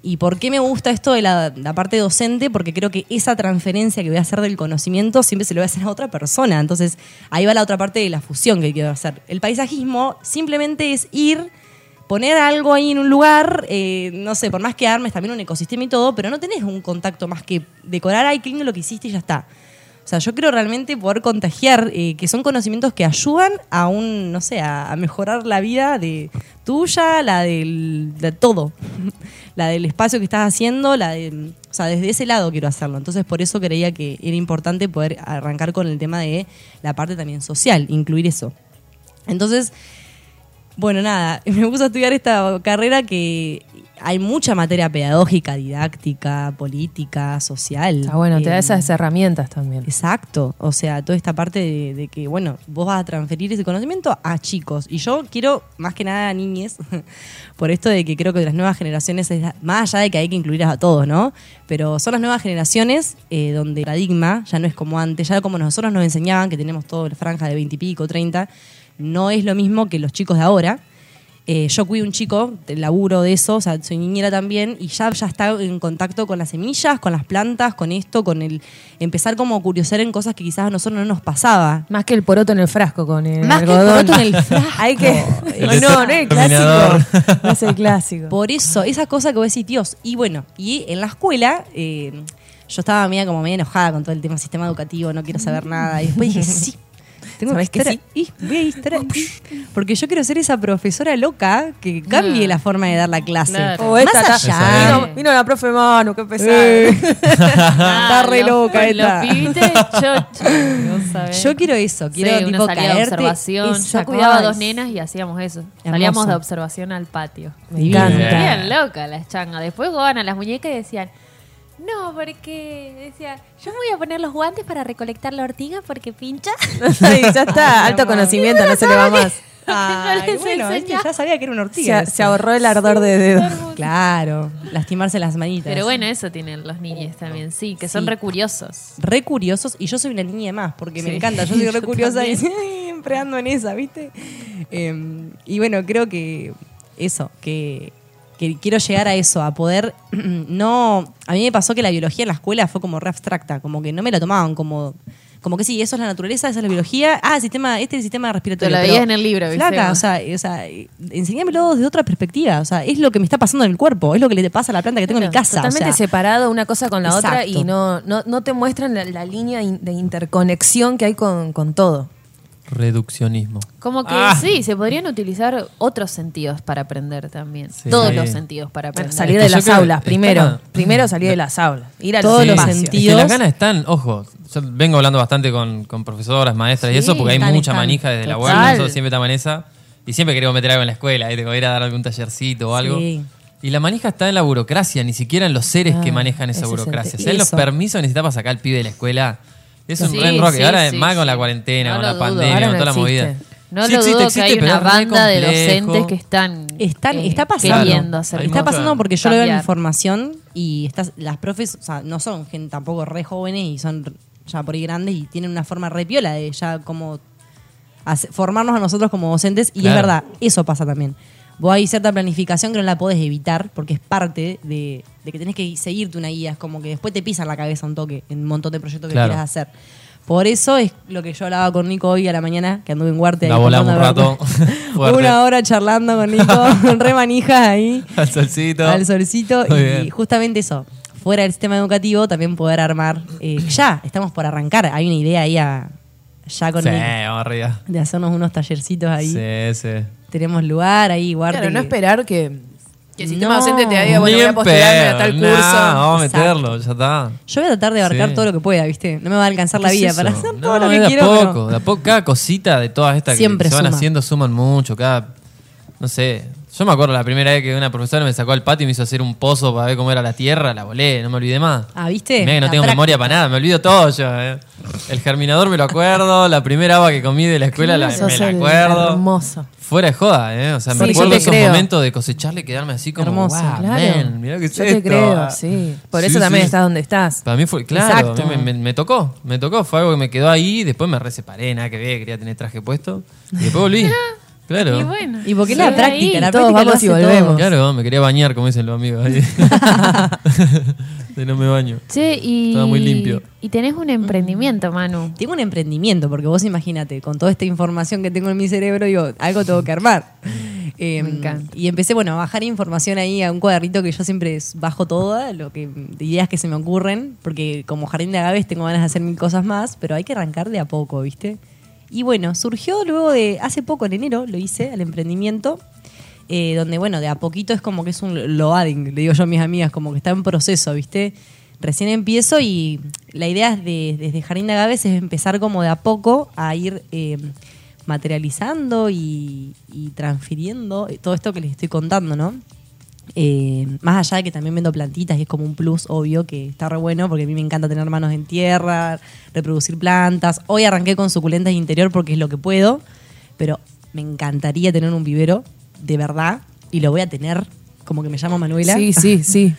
Speaker 10: ¿Y por qué me gusta esto de la, la parte docente? Porque creo que esa transferencia que voy a hacer del conocimiento siempre se lo voy a hacer a otra persona. Entonces, ahí va la otra parte de la fusión que quiero hacer. El paisajismo simplemente es ir, poner algo ahí en un lugar, eh, no sé, por más que armes también un ecosistema y todo, pero no tenés un contacto más que decorar, ay, qué lindo lo que hiciste y ya está. O sea, yo creo realmente poder contagiar, eh, que son conocimientos que ayudan a un, no sé, a, a mejorar la vida de tuya, la del, de todo, la del espacio que estás haciendo, la de, o sea, desde ese lado quiero hacerlo. Entonces, por eso creía que era importante poder arrancar con el tema de la parte también social, incluir eso. Entonces, bueno, nada, me puse a estudiar esta carrera que hay mucha materia pedagógica, didáctica, política, social.
Speaker 11: Está Ah, bueno, te da
Speaker 10: Em,
Speaker 11: esas herramientas también.
Speaker 10: Exacto, o sea, toda esta parte de, de que, bueno, vos vas a transferir ese conocimiento a chicos. Y yo quiero, más que nada, a niñes, por esto de que creo que las nuevas generaciones, es la- más allá de que hay que incluir a todos, ¿no? Pero son las nuevas generaciones eh, donde el paradigma ya no es como antes, ya como nosotros nos enseñaban, que tenemos toda la franja de 20 y pico, 30, no es lo mismo que los chicos de ahora. Eh, yo cuido un chico, te- laburo de eso, o sea, soy niñera también, y ya, ya está en contacto con las semillas, con las plantas, con esto, con el empezar como a curiosear en cosas que quizás a nosotros no nos pasaba.
Speaker 11: Más que el poroto en el frasco con el
Speaker 10: Más que el
Speaker 11: algodón.
Speaker 10: poroto en el frasco.
Speaker 11: Hay que...
Speaker 10: El
Speaker 11: no, no es el
Speaker 10: exterminador.
Speaker 11: clásico. No es el clásico.
Speaker 10: Por eso, esa cosa que vos decís, Dios. Y bueno, y en la escuela, eh, yo estaba media como media enojada con todo el tema del sistema educativo, no quiero saber nada. Y después dije, sí. Tengo que
Speaker 11: ¿Sabés que
Speaker 10: estar ahí, voy a estar ahí. Porque yo quiero ser esa profesora loca que cambie la forma de dar la clase.
Speaker 11: Claro. O
Speaker 10: Más
Speaker 11: esta está-
Speaker 10: allá.
Speaker 11: Vino, vino la profe Manu, qué pesada.
Speaker 10: Eh.
Speaker 11: Ah, está re
Speaker 2: los-
Speaker 11: loca
Speaker 2: los
Speaker 11: esta.
Speaker 2: pibites, yo- no sabés.
Speaker 10: Yo quiero eso, quiero
Speaker 2: Sí, una
Speaker 10: tipo
Speaker 2: salida de
Speaker 10: caerte.
Speaker 2: observación.
Speaker 10: Esa
Speaker 2: Yo cuidaba a
Speaker 10: cosa.
Speaker 2: dos nenas y hacíamos eso.
Speaker 10: Hermoso. Ah.
Speaker 2: Salíamos de observación al patio.
Speaker 10: Me encanta.
Speaker 2: Bien loca las changas. Después jugaban a las muñecas y decían, no, porque decía, yo me voy a poner los guantes para recolectar la ortiga porque pincha.
Speaker 11: Ay, ya está, alto conocimiento, no se le va más.
Speaker 10: Ay,
Speaker 2: les
Speaker 10: bueno, viste,
Speaker 2: enseñaba.
Speaker 10: ya sabía que era una
Speaker 11: Se,
Speaker 10: ortiga.
Speaker 11: se ahorró el ardor de dedo.
Speaker 10: Claro, lastimarse las manitas.
Speaker 2: Pero bueno, eso tienen los niños también, sí, que son
Speaker 10: Sí.
Speaker 2: re curiosos.
Speaker 10: re curiosos y yo soy una niña más porque me
Speaker 2: Sí.
Speaker 10: encanta, yo soy re
Speaker 2: Yo
Speaker 10: curiosa y
Speaker 2: también.
Speaker 10: siempre ando en esa, ¿viste? Eh, y bueno, creo que eso, que, que quiero llegar a eso, a poder no... A mí me pasó que la biología en la escuela fue como re abstracta, como que no me la tomaban como... Como que sí, eso es la naturaleza, esa es la biología. Ah, el sistema, este es el sistema respiratorio.
Speaker 2: Te lo
Speaker 10: pero-
Speaker 2: veías en el libro, ¿viste?
Speaker 10: Flaca, o sea, eh, o sea, enseñámelo desde otra perspectiva. O sea, es lo que me está pasando en el cuerpo, es lo que le pasa a la planta que tengo en mi
Speaker 11: Claro,
Speaker 10: casa. o
Speaker 11: Totalmente
Speaker 10: sea.
Speaker 11: separado una cosa con la otra
Speaker 10: Exacto.
Speaker 11: y no, no, no te muestran la, la línea in- de interconexión que hay con, con todo.
Speaker 12: Reduccionismo.
Speaker 2: Como que
Speaker 12: Ah.
Speaker 2: sí, se podrían utilizar otros sentidos para aprender también.
Speaker 12: Sí.
Speaker 2: Todos
Speaker 12: Sí.
Speaker 2: los sentidos para aprender.
Speaker 11: Salir
Speaker 12: Es que
Speaker 11: de
Speaker 12: yo
Speaker 11: las
Speaker 12: creo que
Speaker 11: aulas,
Speaker 12: está-
Speaker 11: primero. Primero salir de las aulas. Ir a
Speaker 10: Todos
Speaker 12: Sí.
Speaker 10: los
Speaker 12: Es que
Speaker 10: sentidos.
Speaker 12: las ganas están, ojo, yo vengo hablando bastante con, con profesoras, maestras y
Speaker 10: Sí,
Speaker 12: eso, porque hay
Speaker 10: están,
Speaker 12: mucha
Speaker 10: están.
Speaker 12: manija desde la
Speaker 10: Total.
Speaker 12: abuela, nosotros siempre estamos en esa, y siempre queremos meter algo en la escuela, ¿viste? como ir a dar algún tallercito o algo.
Speaker 10: Sí.
Speaker 12: Y la manija está en la burocracia, ni siquiera en los seres que manejan esa
Speaker 10: ese es el
Speaker 12: burocracia.
Speaker 10: tema.
Speaker 12: O sea, los
Speaker 10: Eso.
Speaker 12: permisos que necesitaba sacar al pibe de la escuela. Es un
Speaker 2: Sí,
Speaker 12: re enroque.
Speaker 2: sí,
Speaker 12: ahora
Speaker 2: sí,
Speaker 12: más con la
Speaker 2: sí.
Speaker 12: cuarentena,
Speaker 2: No
Speaker 12: con
Speaker 2: lo
Speaker 12: la
Speaker 2: dudo.
Speaker 12: pandemia,
Speaker 11: Ahora
Speaker 12: con
Speaker 11: no
Speaker 12: toda la
Speaker 11: existe.
Speaker 12: movida.
Speaker 2: No
Speaker 12: Sí
Speaker 2: lo
Speaker 12: existe,
Speaker 2: dudo
Speaker 12: existe,
Speaker 2: que hay
Speaker 12: pero
Speaker 2: una
Speaker 12: es re
Speaker 2: banda de docentes
Speaker 12: complejo.
Speaker 2: que están,
Speaker 10: Están,
Speaker 2: eh,
Speaker 10: está pasando.
Speaker 2: queriendo hacer
Speaker 12: Hay
Speaker 10: está
Speaker 12: mucho-
Speaker 10: pasando porque yo lo veo en
Speaker 2: cambiar.
Speaker 10: información y estas, las profes, o sea, no son gente tampoco re jóvenes y son ya por ahí grandes y tienen una forma re piola de ya como hace- formarnos a nosotros como docentes. Y
Speaker 12: Claro.
Speaker 10: es verdad, eso pasa también. Vos hay cierta planificación que no la podés evitar porque es parte de, de que tenés que seguirte una guía. Es como que después te pisan la cabeza un toque en un montón de proyectos que
Speaker 12: Claro.
Speaker 10: quieras hacer. Por eso es lo que yo hablaba con Nico hoy a la mañana, que anduve en Huarte. ahí
Speaker 12: La volamos un
Speaker 10: contando-
Speaker 12: rato. fuerte.
Speaker 10: Una hora charlando con Nico, re manijas ahí
Speaker 12: Al solcito.
Speaker 10: al solcito
Speaker 12: Muy
Speaker 10: y
Speaker 12: bien.
Speaker 10: justamente eso. Fuera del sistema educativo también poder armar. eh, ya, estamos por arrancar. Hay una idea ahí a- ya con
Speaker 12: Sí,
Speaker 10: Nico,
Speaker 12: vamos arriba.
Speaker 10: de hacernos unos tallercitos ahí.
Speaker 12: Sí, sí.
Speaker 10: Tenemos lugar ahí, guarda.
Speaker 11: Claro, no esperar que, que el sistema
Speaker 10: No.
Speaker 11: docente te diga, bueno,
Speaker 12: Ni
Speaker 11: voy a
Speaker 12: en
Speaker 11: postularme a
Speaker 12: pedo,
Speaker 11: tal
Speaker 12: nah,
Speaker 11: curso.
Speaker 12: vamos a
Speaker 10: Exacto.
Speaker 12: meterlo, ya está.
Speaker 10: Yo voy a tratar de abarcar
Speaker 12: Sí.
Speaker 10: todo lo que pueda, ¿viste? No me va a alcanzar la
Speaker 12: ¿Qué es
Speaker 10: vida
Speaker 12: eso?
Speaker 10: para hacer
Speaker 12: No,
Speaker 10: todo lo
Speaker 12: es
Speaker 10: que
Speaker 12: de a
Speaker 10: quiero. pero-
Speaker 12: poco, de a poco. Cada cosita de todas estas
Speaker 10: Siempre
Speaker 12: que se van
Speaker 10: suma.
Speaker 12: haciendo suman mucho. Cada, no sé. Yo me acuerdo la primera vez que una profesora me sacó al patio y me hizo hacer un pozo para ver cómo era la tierra, la volé, no me olvidé más.
Speaker 10: Ah, ¿viste?
Speaker 12: Mirá que no
Speaker 10: La
Speaker 12: tengo memoria
Speaker 10: práctica.
Speaker 12: para nada, me olvido todo yo. eh. El germinador me lo acuerdo, la primera haba que comí de la escuela la,
Speaker 11: Sos
Speaker 12: me la
Speaker 11: el
Speaker 12: acuerdo.
Speaker 11: Hermoso.
Speaker 12: Fuera de joda, ¿eh? O sea, me
Speaker 11: Sí, yo
Speaker 12: acuerdo
Speaker 11: te
Speaker 12: esos
Speaker 11: creo.
Speaker 12: momentos de cosecharle y quedarme así como,
Speaker 11: Hermoso,
Speaker 12: wow,
Speaker 11: claro.
Speaker 12: man, mirá lo que es
Speaker 11: Yo te
Speaker 12: esto.
Speaker 11: creo,
Speaker 12: Ah.
Speaker 11: sí. Por
Speaker 12: Sí,
Speaker 11: eso también
Speaker 12: sí.
Speaker 11: estás donde estás.
Speaker 12: Para mí fue, claro, a mí
Speaker 11: Exacto.
Speaker 12: me, me- me tocó, me tocó, fue algo que me quedó ahí, después me reseparé, nada que ver, quería tener traje puesto, y después volví, claro.
Speaker 2: Y bueno.
Speaker 10: ¿Y por qué
Speaker 2: sí,
Speaker 10: la práctica?
Speaker 2: ahí
Speaker 10: la práctica
Speaker 11: todos
Speaker 10: lo
Speaker 11: vamos
Speaker 10: hace
Speaker 11: y
Speaker 10: todo.
Speaker 11: volvemos.
Speaker 12: Claro, me quería bañar, como dicen los amigos ahí. de no me baño.
Speaker 2: Che, y.
Speaker 12: Estaba muy limpio.
Speaker 2: Y tenés un emprendimiento, Manu.
Speaker 10: Tengo un emprendimiento, porque vos imagínate, con toda esta información que tengo en mi cerebro, digo, algo tengo que armar.
Speaker 12: Mm.
Speaker 10: Eh,
Speaker 2: Me encanta.
Speaker 10: y empecé, bueno, a bajar información ahí a un cuadernito que yo siempre s- bajo toda, lo que de ideas que se me ocurren, porque como jardín de agaves tengo ganas de hacer mil cosas más, pero hay que arrancar de a poco, ¿viste? Y bueno, surgió luego de, hace poco, en enero, lo hice, al emprendimiento, eh, donde, bueno, de a poquito es como que es un loading, le digo yo a mis amigas, como que está en proceso, ¿viste? Recién empiezo y la idea es de, desde Jardín de Agaves es empezar como de a poco a ir eh, materializando y, y transfiriendo todo esto que les estoy contando, ¿no? Eh, más allá de que también vendo plantitas y es como un plus obvio que está re bueno porque a mí me encanta tener manos en tierra, reproducir plantas. Hoy arranqué con suculentas de interior porque es lo que puedo, pero me encantaría tener un vivero de verdad y lo voy a tener como que me llamo Manuela.
Speaker 11: Sí, sí, sí.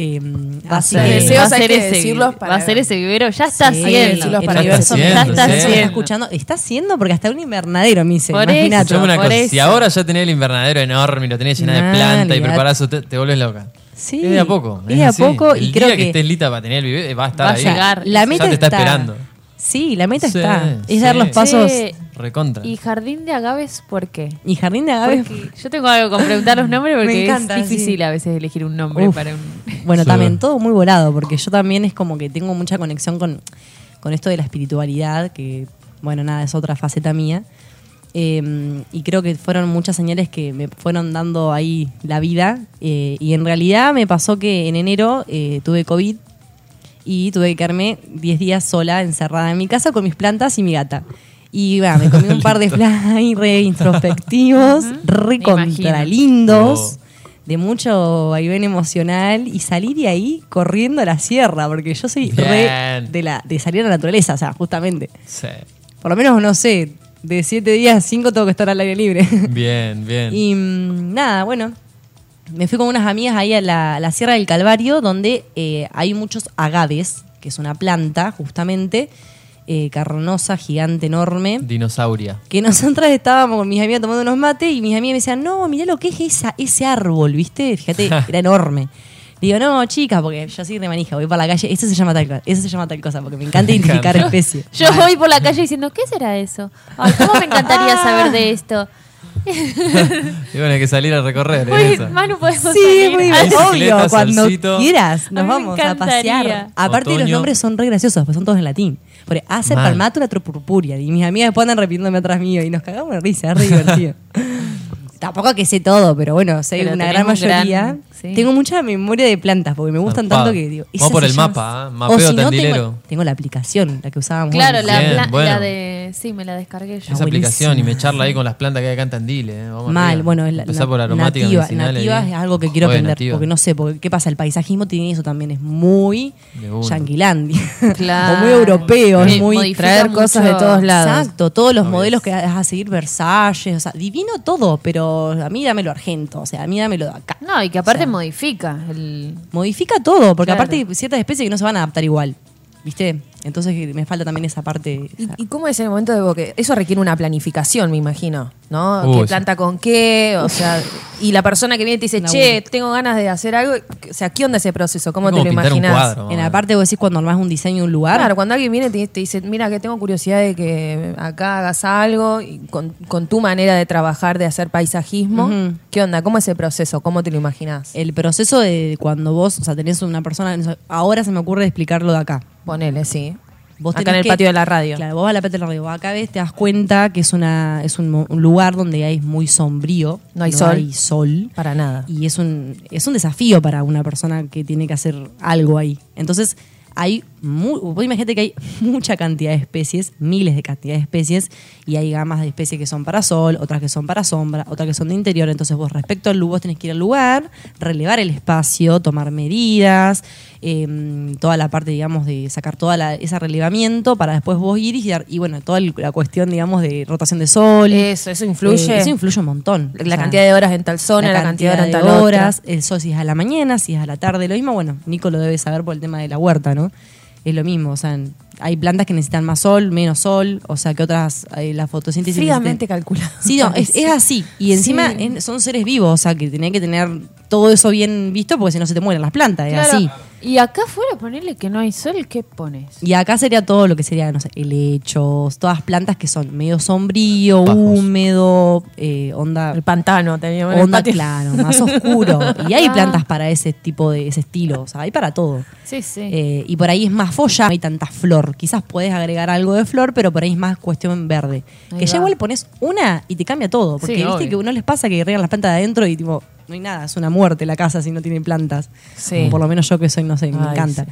Speaker 10: Eh, así
Speaker 11: ser.
Speaker 10: que-
Speaker 11: Deseos hay que
Speaker 2: ese,
Speaker 11: decirlos
Speaker 2: vi-
Speaker 11: para-
Speaker 2: Va a ser ese vivero. Ya está
Speaker 10: Sí,
Speaker 2: haciendo.
Speaker 10: decirlos para
Speaker 2: Ya
Speaker 10: que
Speaker 2: está
Speaker 10: vean.
Speaker 12: haciendo,
Speaker 2: Ya está
Speaker 12: sí.
Speaker 10: Está
Speaker 2: haciendo.
Speaker 10: escuchando, está haciendo porque hasta un invernadero me hice,
Speaker 2: Por eso.
Speaker 10: imagínate.
Speaker 12: Escuchame una
Speaker 2: por
Speaker 12: cosa, si
Speaker 2: eso.
Speaker 12: ahora ya tenés el invernadero enorme y lo tenés llena
Speaker 10: Nah,
Speaker 12: de planta y
Speaker 10: olvidate.
Speaker 12: preparás, te, te volvés loca.
Speaker 10: Sí,
Speaker 12: es de a poco.
Speaker 10: es de a
Speaker 12: así.
Speaker 10: poco y
Speaker 12: el
Speaker 10: creo
Speaker 12: día que,
Speaker 10: que-
Speaker 12: estés lista para tener el bebé, va a estar
Speaker 2: Va a
Speaker 12: ahí.
Speaker 2: llegar.
Speaker 10: La meta
Speaker 12: ya te está,
Speaker 10: está.
Speaker 12: esperando.
Speaker 10: Sí, la meta
Speaker 12: Sí,
Speaker 10: está. Es
Speaker 12: sí.
Speaker 10: dar los pasos.
Speaker 2: Che,
Speaker 12: Recontra.
Speaker 2: ¿Y jardín de agaves por qué?
Speaker 10: Y Jardín de Agaves.
Speaker 2: Porque yo tengo algo con preguntar los nombres
Speaker 10: Me
Speaker 2: porque
Speaker 10: encanta,
Speaker 2: es difícil
Speaker 10: sí.
Speaker 2: a veces elegir un nombre
Speaker 10: Uf.
Speaker 2: para un.
Speaker 10: Bueno,
Speaker 12: Sí.
Speaker 10: también todo muy volado, porque yo también es como que tengo mucha conexión con, con esto de la espiritualidad, que, bueno, nada, es otra faceta mía. Eh, y creo que fueron muchas señales que me fueron dando ahí la vida. Eh, y en realidad me pasó que en enero eh, tuve COVID y tuve que quedarme 10 días sola, encerrada en mi casa con mis plantas y mi gata. Y bueno, me comí un par de fly re introspectivos, re
Speaker 2: Me
Speaker 10: contra
Speaker 2: imagino.
Speaker 10: lindos, de mucho vaivén emocional y salir de ahí corriendo a la sierra, porque yo soy re
Speaker 12: Bien.
Speaker 10: de, la, de salir a la naturaleza, o sea, justamente.
Speaker 12: Sí.
Speaker 10: Por lo menos, no sé, de 7 días, 5 tengo que estar al aire libre.
Speaker 12: Bien, bien.
Speaker 10: Y mm, nada, bueno, me fui con unas amigas ahí a la, a la Sierra del Calvario, donde eh, hay muchos agaves, que es una planta, justamente, eh, carnosa, gigante, enorme.
Speaker 12: Dinosauria.
Speaker 10: Que nosotras estábamos con mis amigas tomando unos mates y mis amigas me decían, no, mirá lo que es esa, ese árbol, ¿viste? Fíjate, era enorme. Le digo, no, chicas, porque yo soy de manija, voy para la calle, eso se llama tal cosa, eso se llama tal cosa, porque me encanta
Speaker 12: Me encanta.
Speaker 10: identificar especies.
Speaker 2: Yo voy por la calle diciendo, ¿qué será eso? Ay, ¿Cómo me encantaría saber de esto?
Speaker 12: Y bueno, hay que salir a recorrer.
Speaker 2: Uy,
Speaker 12: es esa.
Speaker 2: Manu, podemos
Speaker 10: Sí,
Speaker 2: salir.
Speaker 10: muy
Speaker 2: Ay,
Speaker 10: bien.
Speaker 12: Bicicleta,
Speaker 10: Obvio, cuando
Speaker 12: solcito.
Speaker 10: quieras,
Speaker 2: A
Speaker 10: nos
Speaker 2: mí me
Speaker 10: vamos a pasear.
Speaker 2: encantaría.
Speaker 10: Aparte, los
Speaker 12: Otoño.
Speaker 10: nombres son re graciosos, pues son todos en latín. Por Acer
Speaker 12: Mal.
Speaker 10: palmátula tropurpuria. Y mis amigas después andan repitiéndome atrás mío y nos cagamos de risa, es re divertido. Tampoco que sé todo, pero bueno, sé
Speaker 2: Pero
Speaker 10: una gran
Speaker 2: tenés un gran-
Speaker 10: mayoría.
Speaker 2: sí.
Speaker 10: Tengo mucha memoria de plantas porque me gustan
Speaker 12: Zarpado.
Speaker 10: tanto que digo.
Speaker 12: Vamos
Speaker 10: "Esa
Speaker 12: por
Speaker 10: se
Speaker 12: el
Speaker 10: llama
Speaker 12: mapa,
Speaker 10: así".
Speaker 12: ¿ah? Mapeo
Speaker 10: O si no,
Speaker 12: tandilero.
Speaker 10: tengo, tengo la aplicación, la que usábamos.
Speaker 2: Claro, la,
Speaker 12: Bien,
Speaker 2: la-
Speaker 12: bueno.
Speaker 2: la de. Sí, me la descargué yo.
Speaker 12: Esa
Speaker 10: buenísima.
Speaker 12: aplicación y me charla ahí con las plantas que hay acá en Tandil. eh. Vamos
Speaker 10: Mal,
Speaker 12: arriba.
Speaker 10: bueno, es la,
Speaker 12: Empezar
Speaker 10: na-
Speaker 12: por aromática
Speaker 10: nativa,
Speaker 12: medicinal.
Speaker 10: nativa
Speaker 12: ahí.
Speaker 10: es algo que quiero
Speaker 12: Oye,
Speaker 10: aprender,
Speaker 12: nativa.
Speaker 10: porque no sé, porque qué pasa, el paisajismo tiene eso también, es muy
Speaker 12: De una.
Speaker 10: yanquilandia,
Speaker 2: Claro.
Speaker 10: o muy europeo, es
Speaker 2: Sí,
Speaker 10: muy...
Speaker 2: modifica
Speaker 11: Traer cosas de
Speaker 2: mucho.
Speaker 11: todos lados.
Speaker 10: Exacto, todos los
Speaker 12: Obvio.
Speaker 10: modelos que vas a seguir, Versalles, o sea, divino todo, pero a mí dámelo argento, o sea, a mí dámelo de acá.
Speaker 2: No, y que aparte
Speaker 10: O sea,
Speaker 2: modifica el.
Speaker 10: Modifica todo, porque
Speaker 2: Claro.
Speaker 10: aparte hay ciertas especies que no se van a adaptar igual, ¿viste? Entonces me falta también esa parte...
Speaker 11: ¿Y, y cómo es el momento de boque? Eso requiere una planificación, me imagino, ¿no?
Speaker 12: Uy,
Speaker 11: ¿Qué
Speaker 12: sí.
Speaker 11: planta con qué? O sea, y la persona que viene y te dice,
Speaker 10: Una
Speaker 11: che, tengo ganas de hacer algo. O sea, ¿qué onda ese proceso? ¿Cómo
Speaker 12: Es
Speaker 11: te
Speaker 12: como
Speaker 11: lo
Speaker 12: pintar un
Speaker 11: imaginas?
Speaker 12: cuadro.
Speaker 10: En la parte vos decís cuando armás un diseño de un lugar,
Speaker 11: Claro, cuando alguien viene y te, te dice, mira, que tengo curiosidad de que acá hagas algo, y con, con tu manera de trabajar, de hacer paisajismo, ¿qué onda? ¿Cómo es ese proceso? ¿Cómo te lo imaginas?
Speaker 10: el proceso de cuando vos, o sea, tenés una persona, ahora se me ocurre explicarlo de acá.
Speaker 11: Ponele, sí.
Speaker 10: Vos
Speaker 11: acá
Speaker 10: tenés
Speaker 11: en el
Speaker 10: que-
Speaker 11: patio de la radio.
Speaker 10: Claro, vos a la patio de la radio, vos acá ves, te das cuenta que es una es un, mo- un lugar donde hay muy sombrío,
Speaker 11: No hay sol.
Speaker 10: hay sol.
Speaker 11: Para nada.
Speaker 10: Y es un, es un desafío para una persona que tiene que hacer algo ahí. Entonces, hay mu- vos imagínate que hay mucha cantidad de especies, miles de cantidad de especies, y hay gamas de especies que son para sol, otras que son para sombra, otras que son de interior. Entonces vos respecto al luz, vos tenés que ir al lugar, relevar el espacio, tomar medidas, eh, toda la parte, digamos, de sacar todo ese relevamiento para después vos ir y, dar- y bueno, toda el- la cuestión, digamos, de rotación de sol.
Speaker 11: Eso, eso influye.
Speaker 10: Eh, eso influye un montón.
Speaker 11: La cantidad de horas en tal zona, la cantidad de horas en tal otra.
Speaker 10: horas, el sol si es a la mañana, si es a la tarde, lo mismo, bueno, Nico lo debe saber por el tema de la huerta, ¿no? Es lo mismo, o sea, en- hay plantas que necesitan más sol, menos sol, o sea, que otras, eh, la fotosíntesis...
Speaker 11: Fríamente
Speaker 10: necesita-
Speaker 11: calculado.
Speaker 10: Sí, no, es, es así. Y encima
Speaker 11: Sí.
Speaker 10: es- son seres vivos, o sea, que tenés que tener todo eso bien visto porque si no se te mueren las plantas, es
Speaker 2: Claro.
Speaker 10: así.
Speaker 2: Y acá afuera ponerle que no hay sol, ¿qué pones?
Speaker 10: Y acá sería todo lo que sería, no sé, helechos, todas plantas que son medio sombrío, húmedo, eh, onda. El
Speaker 11: pantano tenía
Speaker 10: Onda,
Speaker 11: bueno, el patio.
Speaker 10: claro, más oscuro. Y hay
Speaker 11: Ah.
Speaker 10: plantas para ese tipo de ese estilo, o sea, hay para todo.
Speaker 2: Sí, sí.
Speaker 10: Eh, y por ahí es más folla, no hay tanta flor. Quizás puedes agregar algo de flor, pero por ahí es más cuestión verde.
Speaker 2: Ahí
Speaker 10: que ya
Speaker 2: va.
Speaker 10: igual pones una y te cambia todo. Porque
Speaker 2: Sí,
Speaker 10: viste
Speaker 2: obvio.
Speaker 10: que no les pasa que riegan las plantas de adentro y tipo, no hay nada, es una muerte la casa si no tienen plantas.
Speaker 2: Sí.
Speaker 10: O por lo menos yo que soy, no sé, me
Speaker 2: Ay,
Speaker 10: encanta.
Speaker 2: sí.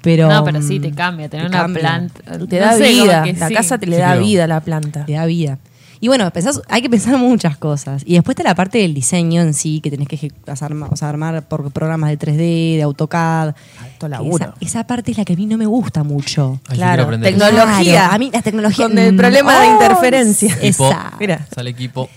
Speaker 10: Pero,
Speaker 2: No, pero sí,
Speaker 10: mm,
Speaker 2: te cambia tener
Speaker 10: te
Speaker 2: una
Speaker 10: cambia.
Speaker 2: planta.
Speaker 11: Te
Speaker 2: No
Speaker 11: da
Speaker 2: sé, como
Speaker 11: vida.
Speaker 2: que
Speaker 11: La
Speaker 2: sí.
Speaker 11: casa te le
Speaker 10: Sí,
Speaker 11: da
Speaker 10: creo.
Speaker 11: vida a la planta.
Speaker 10: Te da vida. Y bueno, pensás- hay que pensar muchas cosas. Y después está la parte del diseño en sí, que tenés que ejecu- hacer- o sea, armar por programas de 3D, de AutoCAD.
Speaker 11: Alto
Speaker 10: laburo. Esa, esa parte es la que a mí no me gusta mucho.
Speaker 12: Ay, yo Claro. quiero aprender eso.
Speaker 10: Claro, a mí la tecnología.
Speaker 11: Con el
Speaker 10: no.
Speaker 11: problema de
Speaker 10: Oh,
Speaker 11: interferencia.
Speaker 12: Equipo.
Speaker 10: Esa.
Speaker 12: Sale equipo.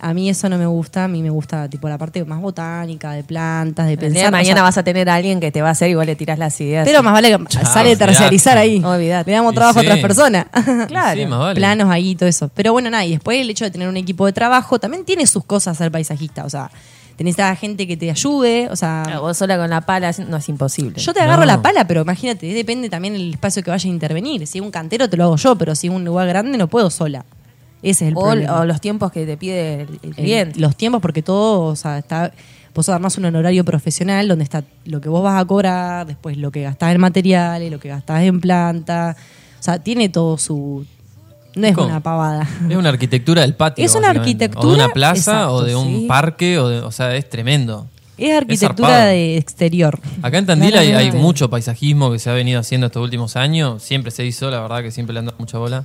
Speaker 10: A mí eso no me gusta. A mí me gusta tipo la parte más botánica, de plantas, de
Speaker 11: El día
Speaker 10: pensar.
Speaker 11: de
Speaker 10: o
Speaker 11: mañana
Speaker 10: sea,
Speaker 11: vas a tener a alguien que te va a hacer igual le tirás las ideas.
Speaker 10: Pero más vale que
Speaker 11: Chao,
Speaker 10: sale
Speaker 11: olvidate.
Speaker 10: tercerizar ahí. Le damos
Speaker 11: Y
Speaker 10: trabajo
Speaker 11: sí.
Speaker 10: a otras personas.
Speaker 11: Claro. sí, más vale.
Speaker 10: Planos ahí y todo eso. Pero bueno, nada, y después el hecho de tener un equipo de trabajo también tiene sus cosas ser paisajista. O sea, tenés a gente que te ayude. O sea.
Speaker 11: vos sola con la pala no es imposible.
Speaker 10: Yo te agarro la pala, pero imagínate, depende también el espacio que vaya a intervenir. Si es un cantero te lo hago yo, pero si es un lugar grande no puedo sola. Ese es el
Speaker 11: O-
Speaker 10: problema.
Speaker 11: o los tiempos que te pide el- el
Speaker 10: El-
Speaker 11: cliente.
Speaker 10: Los tiempos, porque todo, o sea, está. Vos además un honorario profesional donde está lo que vos vas a cobrar, después lo que gastás en materiales, lo que gastás en planta. O sea, tiene todo su. No es
Speaker 12: ¿Cómo?
Speaker 10: una pavada.
Speaker 12: Es una arquitectura del patio.
Speaker 10: Es una
Speaker 12: básicamente. O de
Speaker 10: arquitectura,
Speaker 12: una plaza, o
Speaker 10: exacto,
Speaker 12: de un
Speaker 10: sí.
Speaker 12: parque, o, de- o sea, es tremendo.
Speaker 10: Es arquitectura
Speaker 12: zarpado.
Speaker 10: de exterior.
Speaker 12: Acá en Tandil hay, hay
Speaker 10: Claramente.
Speaker 12: mucho paisajismo que se ha venido haciendo estos últimos años. Siempre se hizo, la verdad que siempre le han dado mucha bola.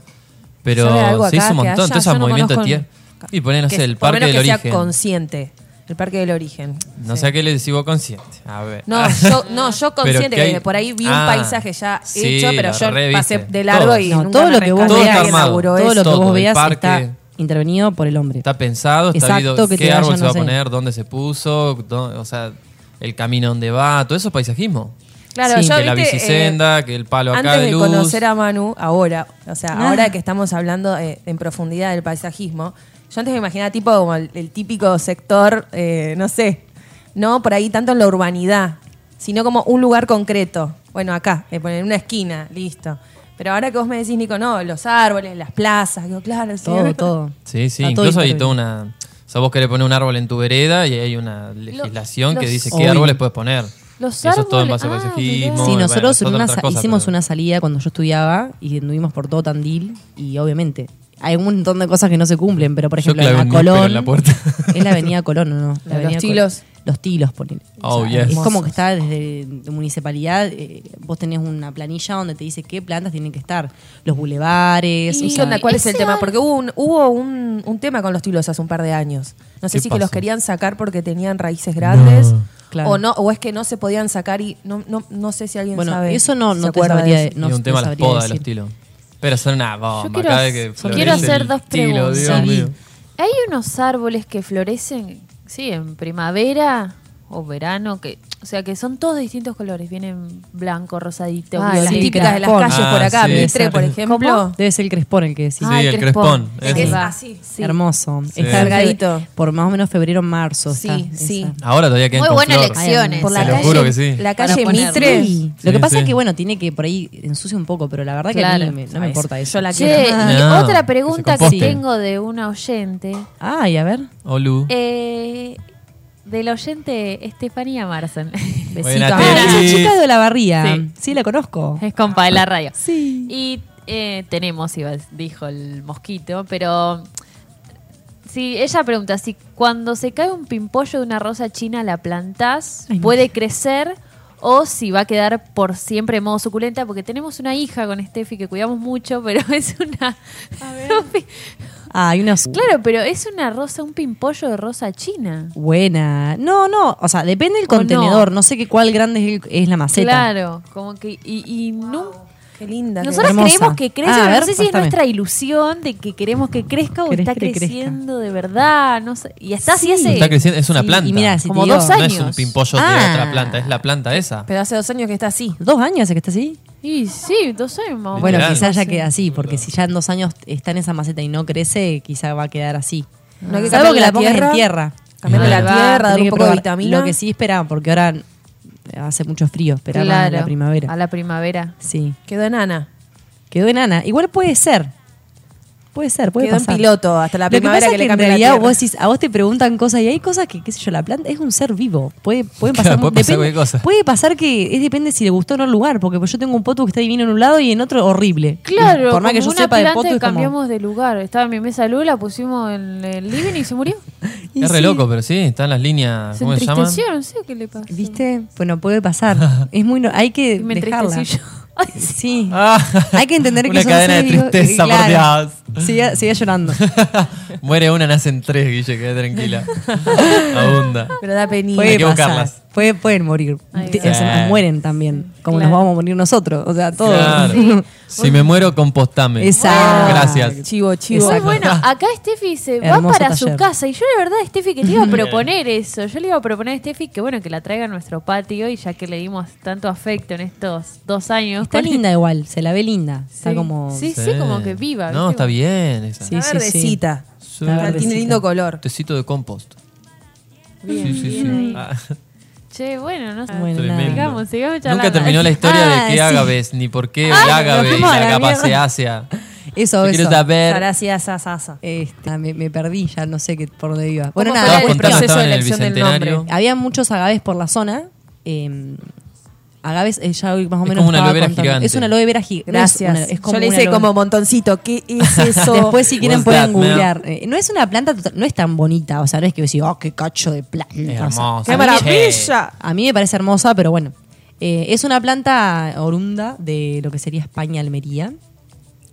Speaker 11: Yo de
Speaker 12: Pero
Speaker 11: algo
Speaker 12: se
Speaker 11: acá
Speaker 12: hizo un
Speaker 11: que
Speaker 12: montón.
Speaker 11: haya,
Speaker 12: Todos
Speaker 11: yo
Speaker 12: esos
Speaker 11: no
Speaker 12: movimientos de
Speaker 11: conozco-
Speaker 12: tierra. Y poner, no
Speaker 11: que
Speaker 12: sé, el
Speaker 11: por lo
Speaker 12: parque
Speaker 11: menos
Speaker 12: del
Speaker 11: que
Speaker 12: origen.
Speaker 11: sea consciente. El parque del origen.
Speaker 12: No sé a qué le decimos consciente. A ver. Ah.
Speaker 11: No, yo, no, yo
Speaker 12: Pero
Speaker 11: consciente
Speaker 12: que
Speaker 11: que,
Speaker 12: hay-
Speaker 11: por ahí vi
Speaker 12: Ah,
Speaker 11: un paisaje ya
Speaker 12: sí,
Speaker 11: hecho, pero
Speaker 12: lo
Speaker 11: yo
Speaker 12: reviste.
Speaker 11: pasé de largo y
Speaker 10: No,
Speaker 11: nunca
Speaker 10: todo lo
Speaker 11: me
Speaker 10: que vos
Speaker 11: rescaté.
Speaker 12: Todo está
Speaker 10: veas,
Speaker 12: armado.
Speaker 10: todo lo que
Speaker 12: Todo,
Speaker 10: vos
Speaker 12: el
Speaker 10: veas
Speaker 12: parque.
Speaker 10: está intervenido por el hombre.
Speaker 12: Está pensado, está
Speaker 10: Exacto,
Speaker 12: habido
Speaker 10: que
Speaker 12: qué
Speaker 10: te
Speaker 12: árbol
Speaker 10: vaya,
Speaker 12: se
Speaker 10: no
Speaker 12: va
Speaker 10: sé.
Speaker 12: a poner, dónde se puso, dó- o sea, el camino donde va, todo eso es paisajismo.
Speaker 11: Claro, yo,
Speaker 12: que la
Speaker 11: viste, eh,
Speaker 12: bicisenda, que el palo acá
Speaker 11: Antes
Speaker 12: de
Speaker 11: de
Speaker 12: luz.
Speaker 11: conocer a Manu, ahora, o sea,
Speaker 10: Ah.
Speaker 11: ahora que estamos hablando eh, en profundidad del paisajismo, yo antes me imaginaba tipo como el, el típico sector, eh, no sé, no por ahí tanto en la urbanidad, sino como un lugar concreto. Bueno, acá, eh, poner una esquina, listo. Pero ahora que vos me decís, Nico, no, los árboles, las plazas, digo, claro, sí,
Speaker 10: Todo, todo.
Speaker 12: Sí, sí,
Speaker 10: Está Ah, todo
Speaker 12: incluso hay
Speaker 10: intervenido.
Speaker 12: toda una. O sea, vos querés poner un árbol en tu vereda y hay una legislación que
Speaker 10: los-
Speaker 12: dice qué
Speaker 10: Obvio.
Speaker 12: árboles puedes poner.
Speaker 2: Los
Speaker 12: Y eso es todo en
Speaker 2: árboles-
Speaker 12: base a
Speaker 2: ah,
Speaker 12: paisajismo.
Speaker 10: Sí,
Speaker 12: bueno,
Speaker 10: nosotros en
Speaker 12: otra-
Speaker 10: una
Speaker 12: otra
Speaker 10: sa-
Speaker 12: cosa,
Speaker 10: hicimos
Speaker 12: pero-
Speaker 10: una salida cuando yo estudiaba y anduvimos por todo Tandil y obviamente hay un montón de cosas que no se cumplen, pero por
Speaker 12: Yo
Speaker 10: ejemplo en
Speaker 12: clavé
Speaker 10: la
Speaker 12: un níspero
Speaker 10: Colón
Speaker 12: en la puerta.
Speaker 10: es la avenida Colón, ¿o ¿no? La
Speaker 11: Los
Speaker 10: avenida
Speaker 11: tilos.
Speaker 10: Colón. Los tilos, ponele.
Speaker 12: Oh,
Speaker 10: Es
Speaker 12: yes.
Speaker 10: como
Speaker 12: Hermosos.
Speaker 10: que está desde la municipalidad, eh, vos tenés una planilla donde te dice qué plantas tienen que estar, los bulevares.
Speaker 11: ¿Y
Speaker 10: o
Speaker 11: qué
Speaker 10: sea,
Speaker 11: onda? ¿Cuál es el
Speaker 10: ese-
Speaker 11: tema? Porque hubo, un, hubo un, un tema con los tilos hace un par de años. No sé
Speaker 10: ¿Qué
Speaker 11: si que
Speaker 10: pasó?
Speaker 11: los querían sacar porque tenían raíces grandes
Speaker 10: Claro.
Speaker 11: o no o es que no se podían sacar y no, no, no sé si alguien
Speaker 10: Bueno,
Speaker 11: sabe.
Speaker 10: eso no-
Speaker 11: se
Speaker 10: no te
Speaker 11: acuerda
Speaker 10: sabría
Speaker 11: de eso.
Speaker 10: no-
Speaker 12: y un
Speaker 10: no
Speaker 12: tema de las
Speaker 10: sabría
Speaker 12: podas de los
Speaker 10: decir.
Speaker 12: tilos. Pero son una bomba.
Speaker 2: Yo quiero,
Speaker 12: cada vez que
Speaker 2: yo
Speaker 12: florece
Speaker 2: quiero hacer
Speaker 12: el
Speaker 2: dos
Speaker 12: tilo, Dios
Speaker 2: preguntas.
Speaker 12: mío.
Speaker 2: Hay unos árboles que florecen, sí, en primavera o verano, que, o sea, que son todos distintos colores. Vienen blanco, rosadito,
Speaker 11: Ah, las
Speaker 2: violeta.
Speaker 11: típicas de las
Speaker 10: Crespón.
Speaker 11: calles por
Speaker 10: Ah,
Speaker 11: acá,
Speaker 10: sí.
Speaker 11: Mitre, por
Speaker 10: ¿Cómo?
Speaker 11: ejemplo.
Speaker 10: Debe ser el Crespón el que decís.
Speaker 12: Sí, el crespón.
Speaker 11: El que
Speaker 12: ese.
Speaker 11: es así, sí.
Speaker 10: Hermoso.
Speaker 12: Sí.
Speaker 10: Está
Speaker 11: Delgadito.
Speaker 10: Por más o menos febrero, marzo.
Speaker 11: Sí,
Speaker 10: está
Speaker 11: sí.
Speaker 10: esa.
Speaker 12: Ahora todavía quedan
Speaker 2: Muy
Speaker 12: con
Speaker 2: buena
Speaker 12: flor.
Speaker 2: elección, eh.
Speaker 12: Por la Te lo calle- juro que sí.
Speaker 11: La
Speaker 10: Para
Speaker 11: calle
Speaker 10: ponerlo.
Speaker 11: Mitre.
Speaker 10: Sí. Lo que
Speaker 12: Sí,
Speaker 10: pasa
Speaker 12: sí.
Speaker 10: es que, bueno, tiene que por ahí ensucia un poco, pero la verdad que a
Speaker 2: Claro.
Speaker 10: mí me- no me
Speaker 11: Ay,
Speaker 10: importa eso.
Speaker 11: yo la
Speaker 2: Che,
Speaker 11: quiero.
Speaker 2: y
Speaker 12: Ah,
Speaker 2: otra
Speaker 12: que se
Speaker 2: pregunta que,
Speaker 12: composten.
Speaker 2: tengo de una oyente.
Speaker 10: Ay, a ver.
Speaker 12: Olu.
Speaker 2: Eh, del oyente Estefanía Marzen.
Speaker 12: Buena,
Speaker 10: Ah,
Speaker 12: Teti.
Speaker 10: esa chica de la barría.
Speaker 2: Sí.
Speaker 10: Sí. la conozco.
Speaker 2: Es compa de la radio.
Speaker 10: Sí.
Speaker 2: Y eh, tenemos, iba- dijo el mosquito, pero si ella pregunta si cuando se cae un pimpollo de una rosa china la plantás,
Speaker 10: Ay, no.
Speaker 2: puede crecer o si va a quedar por siempre en modo suculenta, porque tenemos una hija con Steffi que cuidamos mucho, pero es una...
Speaker 10: Ah, hay unos...
Speaker 2: Claro, pero es una rosa, un pimpollo de rosa china.
Speaker 10: Buena. No, no, o sea, depende del
Speaker 2: O no.
Speaker 10: contenedor. No. sé qué cuál grande es, el- es la maceta.
Speaker 2: Claro, como que... Y, y nun-
Speaker 11: Qué linda.
Speaker 2: Nosotros
Speaker 10: Hermosa.
Speaker 2: creemos que crece,
Speaker 10: Ah,
Speaker 2: pero
Speaker 10: a ver,
Speaker 2: no sé si es
Speaker 10: pásame.
Speaker 2: nuestra ilusión de que queremos que crezca o
Speaker 10: Querés
Speaker 2: está
Speaker 10: que crezca.
Speaker 2: creciendo de verdad, no sé. Y hasta así hace...
Speaker 12: Está creciendo, es una
Speaker 10: Sí, y
Speaker 12: planta.
Speaker 10: mirá, si te
Speaker 2: Como digo- dos
Speaker 12: No es
Speaker 2: años.
Speaker 12: un pimpollo
Speaker 10: Ah.
Speaker 12: de otra planta, es la planta esa.
Speaker 11: Pero hace dos años que está así.
Speaker 10: ¿Dos años hace que está así?
Speaker 2: Y sí, dos años más o
Speaker 10: Bueno,
Speaker 12: Literal.
Speaker 10: quizás ya queda así, porque si ya en dos años está en esa maceta y no crece, quizá va a quedar así.
Speaker 11: No hay que
Speaker 10: Salvo que
Speaker 11: cambiarle
Speaker 10: la
Speaker 11: la
Speaker 10: pongas en
Speaker 11: tierra.
Speaker 10: tierra.
Speaker 11: Cambiarle
Speaker 10: Ah.
Speaker 11: la tierra, darle
Speaker 10: Tenés
Speaker 11: un
Speaker 10: que
Speaker 11: poco de
Speaker 10: probar.
Speaker 11: vitamina.
Speaker 10: Lo que sí esperaba, porque ahora hace mucho frío, esperaba
Speaker 2: Claro,
Speaker 10: la primavera.
Speaker 2: A la primavera.
Speaker 10: Sí.
Speaker 11: Quedó enana.
Speaker 10: Quedó enana. Igual puede ser. Puede ser, puede
Speaker 11: Quedó en
Speaker 10: pasar.
Speaker 11: piloto hasta la
Speaker 10: Lo que
Speaker 11: primavera
Speaker 10: pasa
Speaker 11: que,
Speaker 10: es que
Speaker 11: le
Speaker 10: en
Speaker 11: cambió la
Speaker 10: realidad
Speaker 11: tierra.
Speaker 10: vos decís, a vos te preguntan cosas y hay cosas que, qué sé yo, la planta es un ser vivo. Puede, pueden pasar,
Speaker 12: Claro, puede pasar
Speaker 10: depende-
Speaker 12: cualquier cosa.
Speaker 10: puede pasar que es depende si le gustó o no el lugar, porque pues yo tengo un potu que está divino en un lado y en otro horrible.
Speaker 2: Claro,
Speaker 10: Y por más que
Speaker 2: como
Speaker 10: yo
Speaker 2: una
Speaker 10: sepa de
Speaker 2: planta
Speaker 10: potu
Speaker 2: que
Speaker 10: es como,
Speaker 2: cambiamos de lugar. Estaba en mi mesa de luz, la pusimos en el living y se murió.
Speaker 10: Y
Speaker 12: es re
Speaker 10: sí.
Speaker 12: loco, pero sí, están las líneas,
Speaker 2: Se
Speaker 12: ¿cómo se llaman?
Speaker 2: entristeció, no sé qué le pasó.
Speaker 10: ¿Viste? Bueno, puede pasar. Es muy no- hay que
Speaker 2: Y me
Speaker 10: dejarla.
Speaker 2: entristecí yo.
Speaker 10: Sí.
Speaker 12: Ah.
Speaker 10: Hay que entender que
Speaker 12: Una
Speaker 10: son
Speaker 12: cadena de
Speaker 10: seres vivos- eh,
Speaker 12: tristeza, por
Speaker 10: Claro. Sigue, sigue llorando.
Speaker 12: Muere una, nacen tres, Guille, queda tranquila. Abunda.
Speaker 11: Pero da penita.
Speaker 12: Hay
Speaker 10: Puede
Speaker 12: que
Speaker 10: pasar.
Speaker 12: buscarlas.
Speaker 10: Puede, pueden morir.
Speaker 2: Ahí
Speaker 10: Te-
Speaker 2: va.
Speaker 10: o sea, nos mueren también. Como
Speaker 2: Claro.
Speaker 10: nos vamos a morir nosotros. O sea, todos.
Speaker 12: Claro. Si me muero, compostame.
Speaker 10: Exacto.
Speaker 12: Gracias.
Speaker 11: Chivo, chivo.
Speaker 2: Muy
Speaker 10: Exacto. Ah,
Speaker 2: bueno, acá Steffi se va
Speaker 10: Hermoso
Speaker 2: para su
Speaker 10: taller.
Speaker 2: casa y yo de verdad, Steffi, que te iba a proponer eso. Yo le iba a proponer a Steffi que bueno, que la traiga a nuestro patio y ya que le dimos tanto afecto en estos dos años.
Speaker 10: Está
Speaker 2: ponle-
Speaker 10: linda igual, se la ve linda. Está
Speaker 2: Sí.
Speaker 10: como.
Speaker 2: Sí, sí, como que viva.
Speaker 12: No,
Speaker 2: ¿viste?
Speaker 12: está bien. Esa.
Speaker 10: Sí,
Speaker 11: Está
Speaker 10: sí, sí.
Speaker 11: verdecita.
Speaker 12: Sí.
Speaker 10: Está
Speaker 11: Está- Tiene
Speaker 10: verdecita.
Speaker 11: lindo color.
Speaker 12: Tecito de compost.
Speaker 2: Bien,
Speaker 12: sí, sí,
Speaker 2: bien
Speaker 12: sí.
Speaker 2: ahí.
Speaker 12: Ah,
Speaker 2: Che, bueno, no sé.
Speaker 10: Bueno, nada.
Speaker 2: sigamos, sigamos charlando.
Speaker 12: Nunca terminó la historia
Speaker 10: Ah,
Speaker 12: de qué
Speaker 10: sí.
Speaker 12: ágaves, ni por qué
Speaker 10: Ay,
Speaker 12: el ágave
Speaker 10: nos
Speaker 12: y
Speaker 10: fuimos a
Speaker 12: la
Speaker 10: la mierda.
Speaker 12: capaceácea.
Speaker 10: Eso,
Speaker 12: Yo
Speaker 10: eso.
Speaker 12: quiero saber.
Speaker 11: Gracias, sasa.
Speaker 10: Este, ah, me, me perdí, ya no sé qué, por dónde iba. Bueno,
Speaker 11: fue
Speaker 10: nada,
Speaker 12: Estabas
Speaker 11: el
Speaker 12: contando,
Speaker 11: proceso
Speaker 12: estaban
Speaker 11: de
Speaker 12: en el
Speaker 11: elección del
Speaker 12: bicentenario.
Speaker 11: nombre?
Speaker 10: había muchos agaves por la zona. eh, agaves, eh, ya hoy más o
Speaker 12: Es
Speaker 10: menos.
Speaker 12: como una
Speaker 10: estaba
Speaker 12: aloe vera
Speaker 10: contando.
Speaker 12: gigante.
Speaker 10: Es una aloe vera gigante.
Speaker 11: Gracias. Yo le hice como montoncito. ¿Qué es eso?
Speaker 10: Después, si quieren,
Speaker 12: What's
Speaker 10: pueden
Speaker 12: that, man?
Speaker 10: googlear. Eh, no es una planta, total- no es tan bonita. O sea, no es que decís, oh, qué cacho de planta.
Speaker 12: Es
Speaker 10: O sea,
Speaker 12: hermosa.
Speaker 11: ¡Qué
Speaker 12: Che.
Speaker 11: maravilla!
Speaker 10: A mí me parece hermosa, pero bueno. Eh, es una planta orunda de lo que sería España, Almería.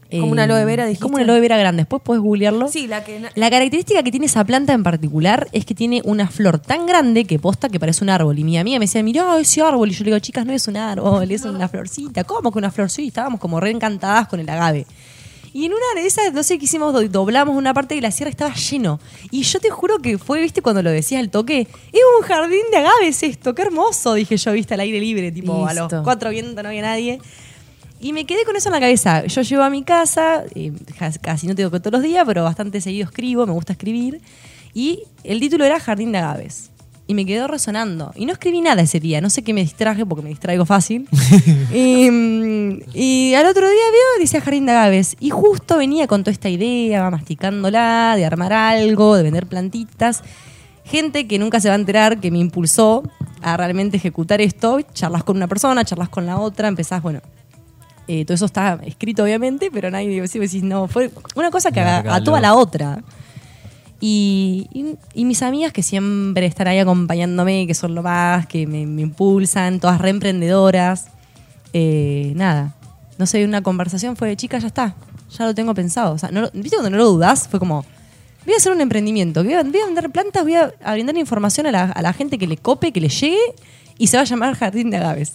Speaker 11: Como una aloe vera,
Speaker 10: Es
Speaker 11: dijiste.
Speaker 10: como una aloe vera grande. Después puedes googlearlo.
Speaker 11: Sí, la que na-
Speaker 10: La característica que tiene esa planta en particular es que tiene una flor tan grande que posta que parece un árbol. Y mi amiga me decía, mirá ese árbol. Y yo le digo, chicas, no es un árbol, es una florcita. ¿Cómo que una florcita? Estábamos como re encantadas con el agave. Y en una de esas, no sé qué hicimos, do- doblamos una parte de la sierra, estaba lleno. Y yo te juro que fue, viste, cuando lo decías al toque, es un jardín de agaves esto, qué hermoso, dije yo, viste, al aire libre, tipo, a
Speaker 11: Listo.
Speaker 10: los cuatro vientos no había nadie. Y me quedé con eso en la cabeza. Yo llevo a mi casa, eh, ja- casi no tengo que todos los días, pero bastante seguido escribo, me gusta escribir. Y el título era Jardín de Agaves. Y me quedó resonando. Y no escribí nada ese día. No sé qué me distraje porque me distraigo fácil. y, mm, y al otro día veo, decía Jardín de Agaves. Y justo venía con toda esta idea, masticándola, de armar algo, de vender plantitas. Gente que nunca se va a enterar que me impulsó a realmente ejecutar esto. Charlas con una persona, charlas con la otra, empezás, bueno, eh, todo eso está escrito, obviamente, pero nadie dice, decís, no, fue una cosa que
Speaker 12: Larga,
Speaker 10: ató a
Speaker 12: loco.
Speaker 10: la otra. Y, y- y mis amigas que siempre están ahí acompañándome, que son lo más, que me, me impulsan, todas reemprendedoras. Eh, nada, no sé, una conversación fue, chica, ya está, ya lo tengo pensado. O sea, no lo- ¿viste cuando no lo dudás? Fue como, voy a hacer un emprendimiento, que voy a, voy a vender plantas, voy a, a brindar información a la, a la gente que le cope, que le llegue, y se va a llamar Jardín de Agaves.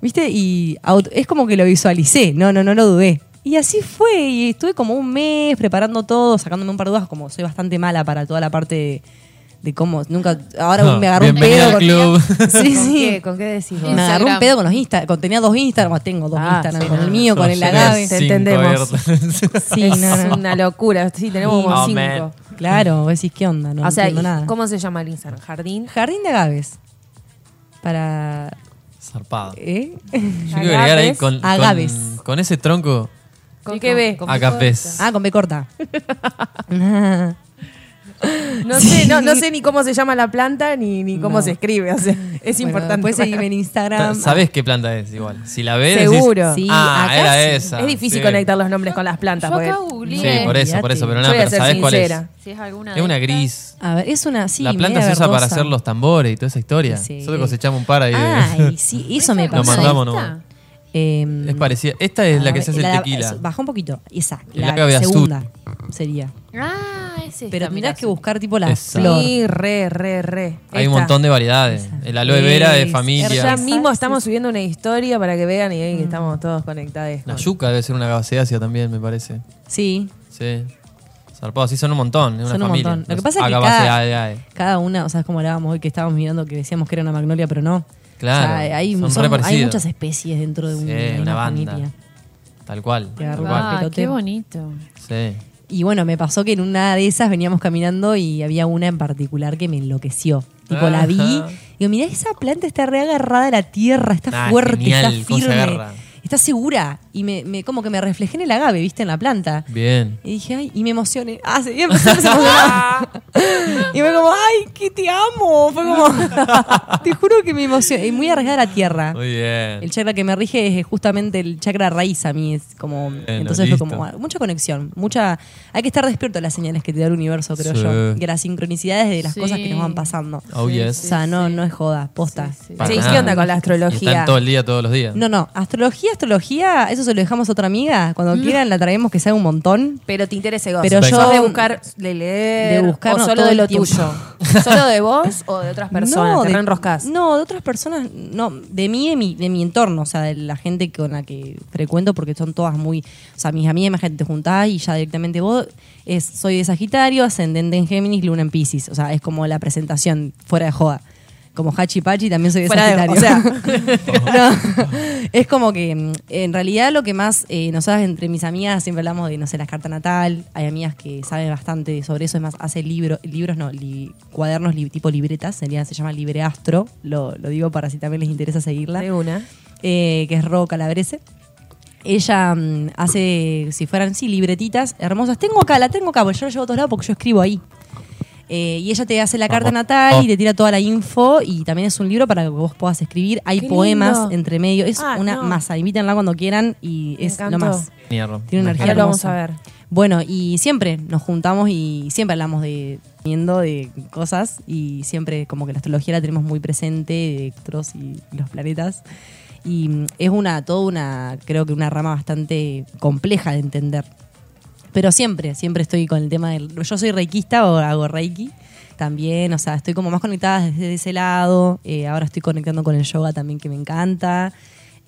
Speaker 10: ¿Viste? Y aut- es como que lo visualicé, no, no, no lo dudé. Y así fue, y estuve como un mes preparando todo, sacándome un par de dudas, como soy bastante mala para toda la parte de, de cómo, nunca, ahora
Speaker 12: No,
Speaker 10: me agarró un
Speaker 12: Ah, bienvenida
Speaker 10: pedo.
Speaker 12: al club.
Speaker 10: Sí,
Speaker 11: ¿Con
Speaker 10: sí.
Speaker 11: qué? ¿Con qué decís vos?
Speaker 10: Me agarró un pedo con los Instagram, con, tenía dos Instagram, tengo dos
Speaker 11: Ah,
Speaker 10: Instagram,
Speaker 11: sí,
Speaker 10: con el
Speaker 11: no,
Speaker 10: mío, con el
Speaker 12: Yo
Speaker 10: agave.
Speaker 12: tenía
Speaker 11: Te
Speaker 12: cinco
Speaker 11: entendemos.
Speaker 12: abiertas.
Speaker 10: Sí,
Speaker 11: es
Speaker 10: no, no.
Speaker 11: una locura. Sí, tenemos
Speaker 10: Sí.
Speaker 11: como
Speaker 12: Oh,
Speaker 11: cinco.
Speaker 12: man.
Speaker 10: Claro, vos decís, ¿qué onda? No
Speaker 11: o sea,
Speaker 10: entiendo
Speaker 11: ¿y
Speaker 10: nada.
Speaker 11: ¿cómo se llama el Instagram? ¿Jardín?
Speaker 10: Jardín de agaves. Para...
Speaker 12: Zarpado.
Speaker 10: ¿eh?
Speaker 12: Yo quiero agregar ahí
Speaker 11: Agaves.
Speaker 12: con, con-
Speaker 10: Agaves.
Speaker 12: con ese tronco
Speaker 11: ¿Con qué B?
Speaker 12: agapés.
Speaker 10: Ah, con B corta.
Speaker 11: No, sé, no, no sé ni cómo se llama la planta ni, ni cómo se escribe. o sea, es importante.
Speaker 10: después seguime en Instagram.
Speaker 12: Sabes qué planta es igual. Si la ves,
Speaker 11: Seguro.
Speaker 12: decís, ah,
Speaker 11: acá
Speaker 12: era
Speaker 11: sí.
Speaker 12: esa.
Speaker 11: Es difícil
Speaker 12: Sí.
Speaker 11: conectar los nombres con las plantas.
Speaker 2: yo
Speaker 11: porque-
Speaker 2: acá googleé.
Speaker 12: Sí, por eso, por eso. Pero,
Speaker 11: Yo
Speaker 12: nada,
Speaker 11: voy a
Speaker 12: pero
Speaker 11: ser
Speaker 12: ¿sabes cuál es?
Speaker 11: sincera.
Speaker 2: Si es alguna
Speaker 12: Es una gris.
Speaker 10: A ver, es una. Sí,
Speaker 12: la planta
Speaker 10: media
Speaker 12: se usa para
Speaker 10: verdosa.
Speaker 12: hacer los tambores y toda esa historia.
Speaker 10: Sí.
Speaker 12: Nosotros cosechamos un par ahí. de-
Speaker 10: Ay, sí, eso me
Speaker 12: Lo
Speaker 10: pasó.
Speaker 12: mandamos nomás.
Speaker 10: Em,
Speaker 12: Es parecida. Esta es la que se hace el
Speaker 10: la-
Speaker 12: tequila.
Speaker 10: Baja un poquito. Esa.
Speaker 12: El
Speaker 10: La,
Speaker 12: agave azul.
Speaker 10: segunda sería.
Speaker 2: Ah, es esta.
Speaker 10: Pero
Speaker 2: mirá,
Speaker 10: tendrás que buscar tipo la
Speaker 12: Esa.
Speaker 10: flor.
Speaker 11: Sí, re, re, re.
Speaker 12: Hay
Speaker 11: Esta.
Speaker 12: un montón de variedades. El aloe vera de familia.
Speaker 11: Ya mismo estamos subiendo una historia para que vean y vean que estamos todos conectados.
Speaker 12: La yuca debe ser una gaseácea también, me parece.
Speaker 10: Sí,
Speaker 12: Sí. Zarpado, sí, son un montón. Es una
Speaker 10: son un
Speaker 12: familia.
Speaker 10: montón. Lo que
Speaker 12: Los
Speaker 10: pasa es que
Speaker 12: Agabaceae.
Speaker 10: cada, cada una, o sea, es como hablábamos hoy que estábamos mirando que decíamos que era una magnolia, pero no.
Speaker 12: Claro,
Speaker 10: O sea, hay,
Speaker 12: son
Speaker 10: son-
Speaker 12: re
Speaker 10: hay
Speaker 12: parecidas.
Speaker 10: muchas especies dentro de un-
Speaker 12: Sí,
Speaker 10: de una,
Speaker 12: una banda.
Speaker 10: familia.
Speaker 12: Tal cual.
Speaker 10: Te
Speaker 12: Tal
Speaker 10: agarro
Speaker 12: cual.
Speaker 2: Ah,
Speaker 10: pelote.
Speaker 2: qué bonito.
Speaker 12: Sí.
Speaker 10: Y bueno, me pasó que en una de esas veníamos caminando y había una en particular que me enloqueció. Tipo, la vi.
Speaker 12: Ajá.
Speaker 10: Digo, mirá, esa planta está reagarrada a la tierra, está
Speaker 12: Ah,
Speaker 10: fuerte,
Speaker 12: genial,
Speaker 10: está
Speaker 12: cómo se
Speaker 10: firme,
Speaker 12: agarra.
Speaker 10: está segura. Y me, me- como que me reflejé en el agave, viste, en la planta.
Speaker 12: Bien.
Speaker 10: Y dije, ay, y me emocioné. Ah, sí, me empecé a emocionar. y fue como, ay, que te amo. Fue como, te juro que me emocioné. Y muy arriesgada a la tierra.
Speaker 12: Muy bien.
Speaker 10: El chakra que me rige es justamente el chakra raíz a mí. Es como, entonces fue
Speaker 12: listo.
Speaker 10: como ah, mucha conexión. mucha Hay que estar despierto a las señales que te da el universo, creo
Speaker 12: Sí.
Speaker 10: yo. Que las sincronicidades de las
Speaker 2: Sí.
Speaker 10: cosas que nos van pasando.
Speaker 12: Oh, yes.
Speaker 10: o sea, no, no es joda, posta.
Speaker 2: Sí,
Speaker 12: Para
Speaker 11: Sí,
Speaker 12: nada.
Speaker 11: ¿qué onda con la
Speaker 12: Y están
Speaker 11: astrología?
Speaker 12: todo el día, todos los días.
Speaker 10: No, no, astrología, astrología, eso se lo dejamos a otra amiga.
Speaker 2: Mm.
Speaker 10: Cuando quieran la traemos que sea un montón.
Speaker 11: Pero te interesa gozo.
Speaker 10: Pero
Speaker 11: yo
Speaker 10: yo-
Speaker 11: de buscar, de leer,
Speaker 10: de buscar,
Speaker 11: o
Speaker 10: no,
Speaker 11: solo
Speaker 10: todo
Speaker 11: de
Speaker 10: el
Speaker 11: lo
Speaker 10: tiempo.
Speaker 11: tuyo. ¿Solo de vos o de otras personas? te
Speaker 10: de-
Speaker 11: reenroscás.
Speaker 10: No, de otras personas, no, de mí, de mi, de mi entorno, o sea, de la gente con la que frecuento, porque son todas muy, o sea, mis amigas, imagínate, te juntás y ya directamente vos, es, soy de Sagitario, ascendente en Géminis, luna en Pisces, o sea, es como la presentación fuera de joda. Como Hachi Pachi también soy de
Speaker 11: Fuera de-
Speaker 10: Sagitario.
Speaker 11: o sea.
Speaker 10: No, es como que mm, en realidad lo que más, eh, nosotras entre mis amigas siempre hablamos de, no sé, las cartas natal, hay amigas que saben bastante sobre eso, es más, hace libros, libros no, li- cuadernos li- tipo libretas, sería, se llama Libreastro, lo, lo digo para si también les interesa seguirla,
Speaker 11: De una.
Speaker 10: eh, que es Ro Calabrese. Ella mm, hace, si fueran, sí, libretitas hermosas. Tengo acá, la tengo acá, porque yo la llevo a todos lados porque yo escribo ahí. Eh, y ella te hace la carta
Speaker 12: Vamos.
Speaker 10: natal y
Speaker 12: Oh.
Speaker 10: te tira toda la info y también es un libro para que vos puedas escribir. Hay
Speaker 11: Qué
Speaker 10: poemas
Speaker 11: lindo.
Speaker 10: entre medio. Es
Speaker 11: Ah,
Speaker 10: una
Speaker 11: no.
Speaker 10: masa. Invítenla cuando quieran y
Speaker 11: Me
Speaker 10: es lo
Speaker 11: encantó.
Speaker 10: más.
Speaker 12: Mierda.
Speaker 10: Tiene una energía
Speaker 11: Ahora lo vamos
Speaker 10: hermosa.
Speaker 11: a ver.
Speaker 10: Bueno, y siempre nos juntamos y siempre hablamos de viendo de cosas y siempre como que la astrología la tenemos muy presente, de astros y los planetas. Y mm, es una, toda una, creo que una rama bastante compleja de entender. Pero siempre, siempre estoy con el tema del. Yo soy reikista o hago reiki también, o sea, estoy como más conectada desde ese lado. eh, ahora estoy conectando con el yoga también, que me encanta.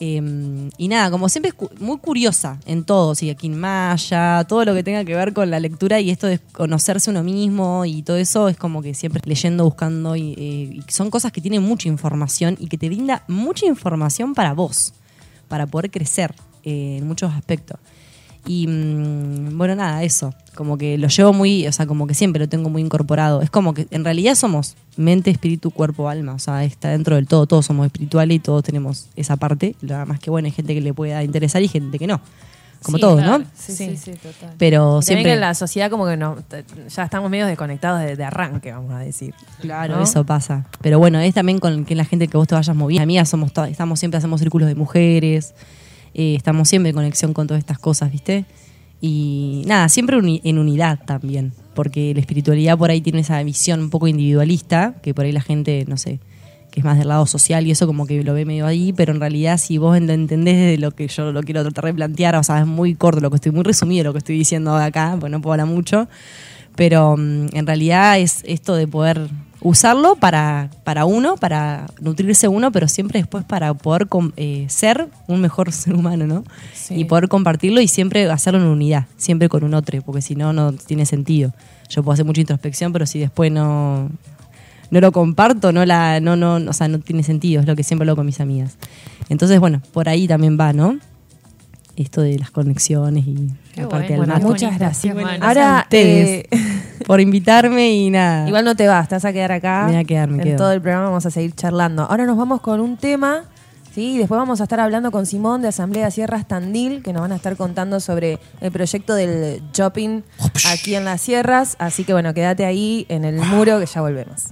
Speaker 10: Eh, y nada, como siempre, es cu- muy curiosa en todo, sí, aquí en Maya, todo lo que tenga que ver con la lectura y esto de conocerse uno mismo y todo eso, es como que siempre leyendo, buscando, y, eh, y son cosas que tienen mucha información y que te brinda mucha información para vos, para poder crecer eh, en muchos aspectos. Y mm, bueno, nada, eso. Como que lo llevo muy, o sea, como que siempre lo tengo muy incorporado. Es como que en realidad somos mente, espíritu, cuerpo, alma. O sea, está dentro del todo. Todos somos espirituales y todos tenemos esa parte. Nada más que bueno, hay gente que le pueda interesar y gente que no. Como
Speaker 11: Sí,
Speaker 10: todos,
Speaker 11: claro.
Speaker 10: ¿no?
Speaker 2: Sí, sí, sí, total.
Speaker 10: Pero
Speaker 11: También que
Speaker 10: siempre.
Speaker 11: en la sociedad como que no, t- ya estamos medio desconectados de, de arranque, vamos a decir.
Speaker 10: Claro,
Speaker 11: ¿no?
Speaker 10: eso pasa. Pero bueno, es también con que la gente que vos te vayas moviendo. Amigas, somos todas- estamos siempre hacemos círculos de mujeres, eh, estamos siempre en conexión con todas estas cosas, ¿viste? Y nada, siempre uni- en unidad también, porque la espiritualidad por ahí tiene esa visión un poco individualista, que por ahí la gente, no sé, que es más del lado social y eso como que lo ve medio ahí, pero en realidad si vos lo entendés desde lo que yo lo quiero tratar de plantear, o sea, es muy corto lo que estoy, muy resumido lo que estoy diciendo acá, pues no puedo hablar mucho, pero mm, en realidad es esto de poder usarlo para, para uno, para nutrirse uno, pero siempre después para poder com- eh, ser un mejor ser humano, ¿no? Y poder compartirlo y siempre hacerlo en unidad, siempre con un otro, porque si no, no tiene sentido. Yo puedo hacer mucha introspección, pero si después no, no lo comparto, no la, no, no, o sea, no tiene sentido, es lo que siempre hablo con mis amigas. Entonces, bueno, por ahí también va, ¿no? Esto de las conexiones y
Speaker 2: Qué
Speaker 10: la parte
Speaker 2: bueno,
Speaker 10: del
Speaker 2: qué
Speaker 10: mato.
Speaker 2: bonito. Bueno,
Speaker 11: Ahora, eh,
Speaker 10: a ustedes. por invitarme y nada.
Speaker 11: Igual no te vas, te vas a quedar acá.
Speaker 10: Me voy a quedar, me
Speaker 11: En
Speaker 10: quedo.
Speaker 11: todo el programa vamos a seguir charlando. Ahora nos vamos con un tema Sí, y después vamos a estar hablando con Simón de Asamblea Sierras Tandil, que nos van a estar contando sobre el proyecto del shopping aquí en las sierras. Así que bueno, quédate ahí en el muro que ya volvemos.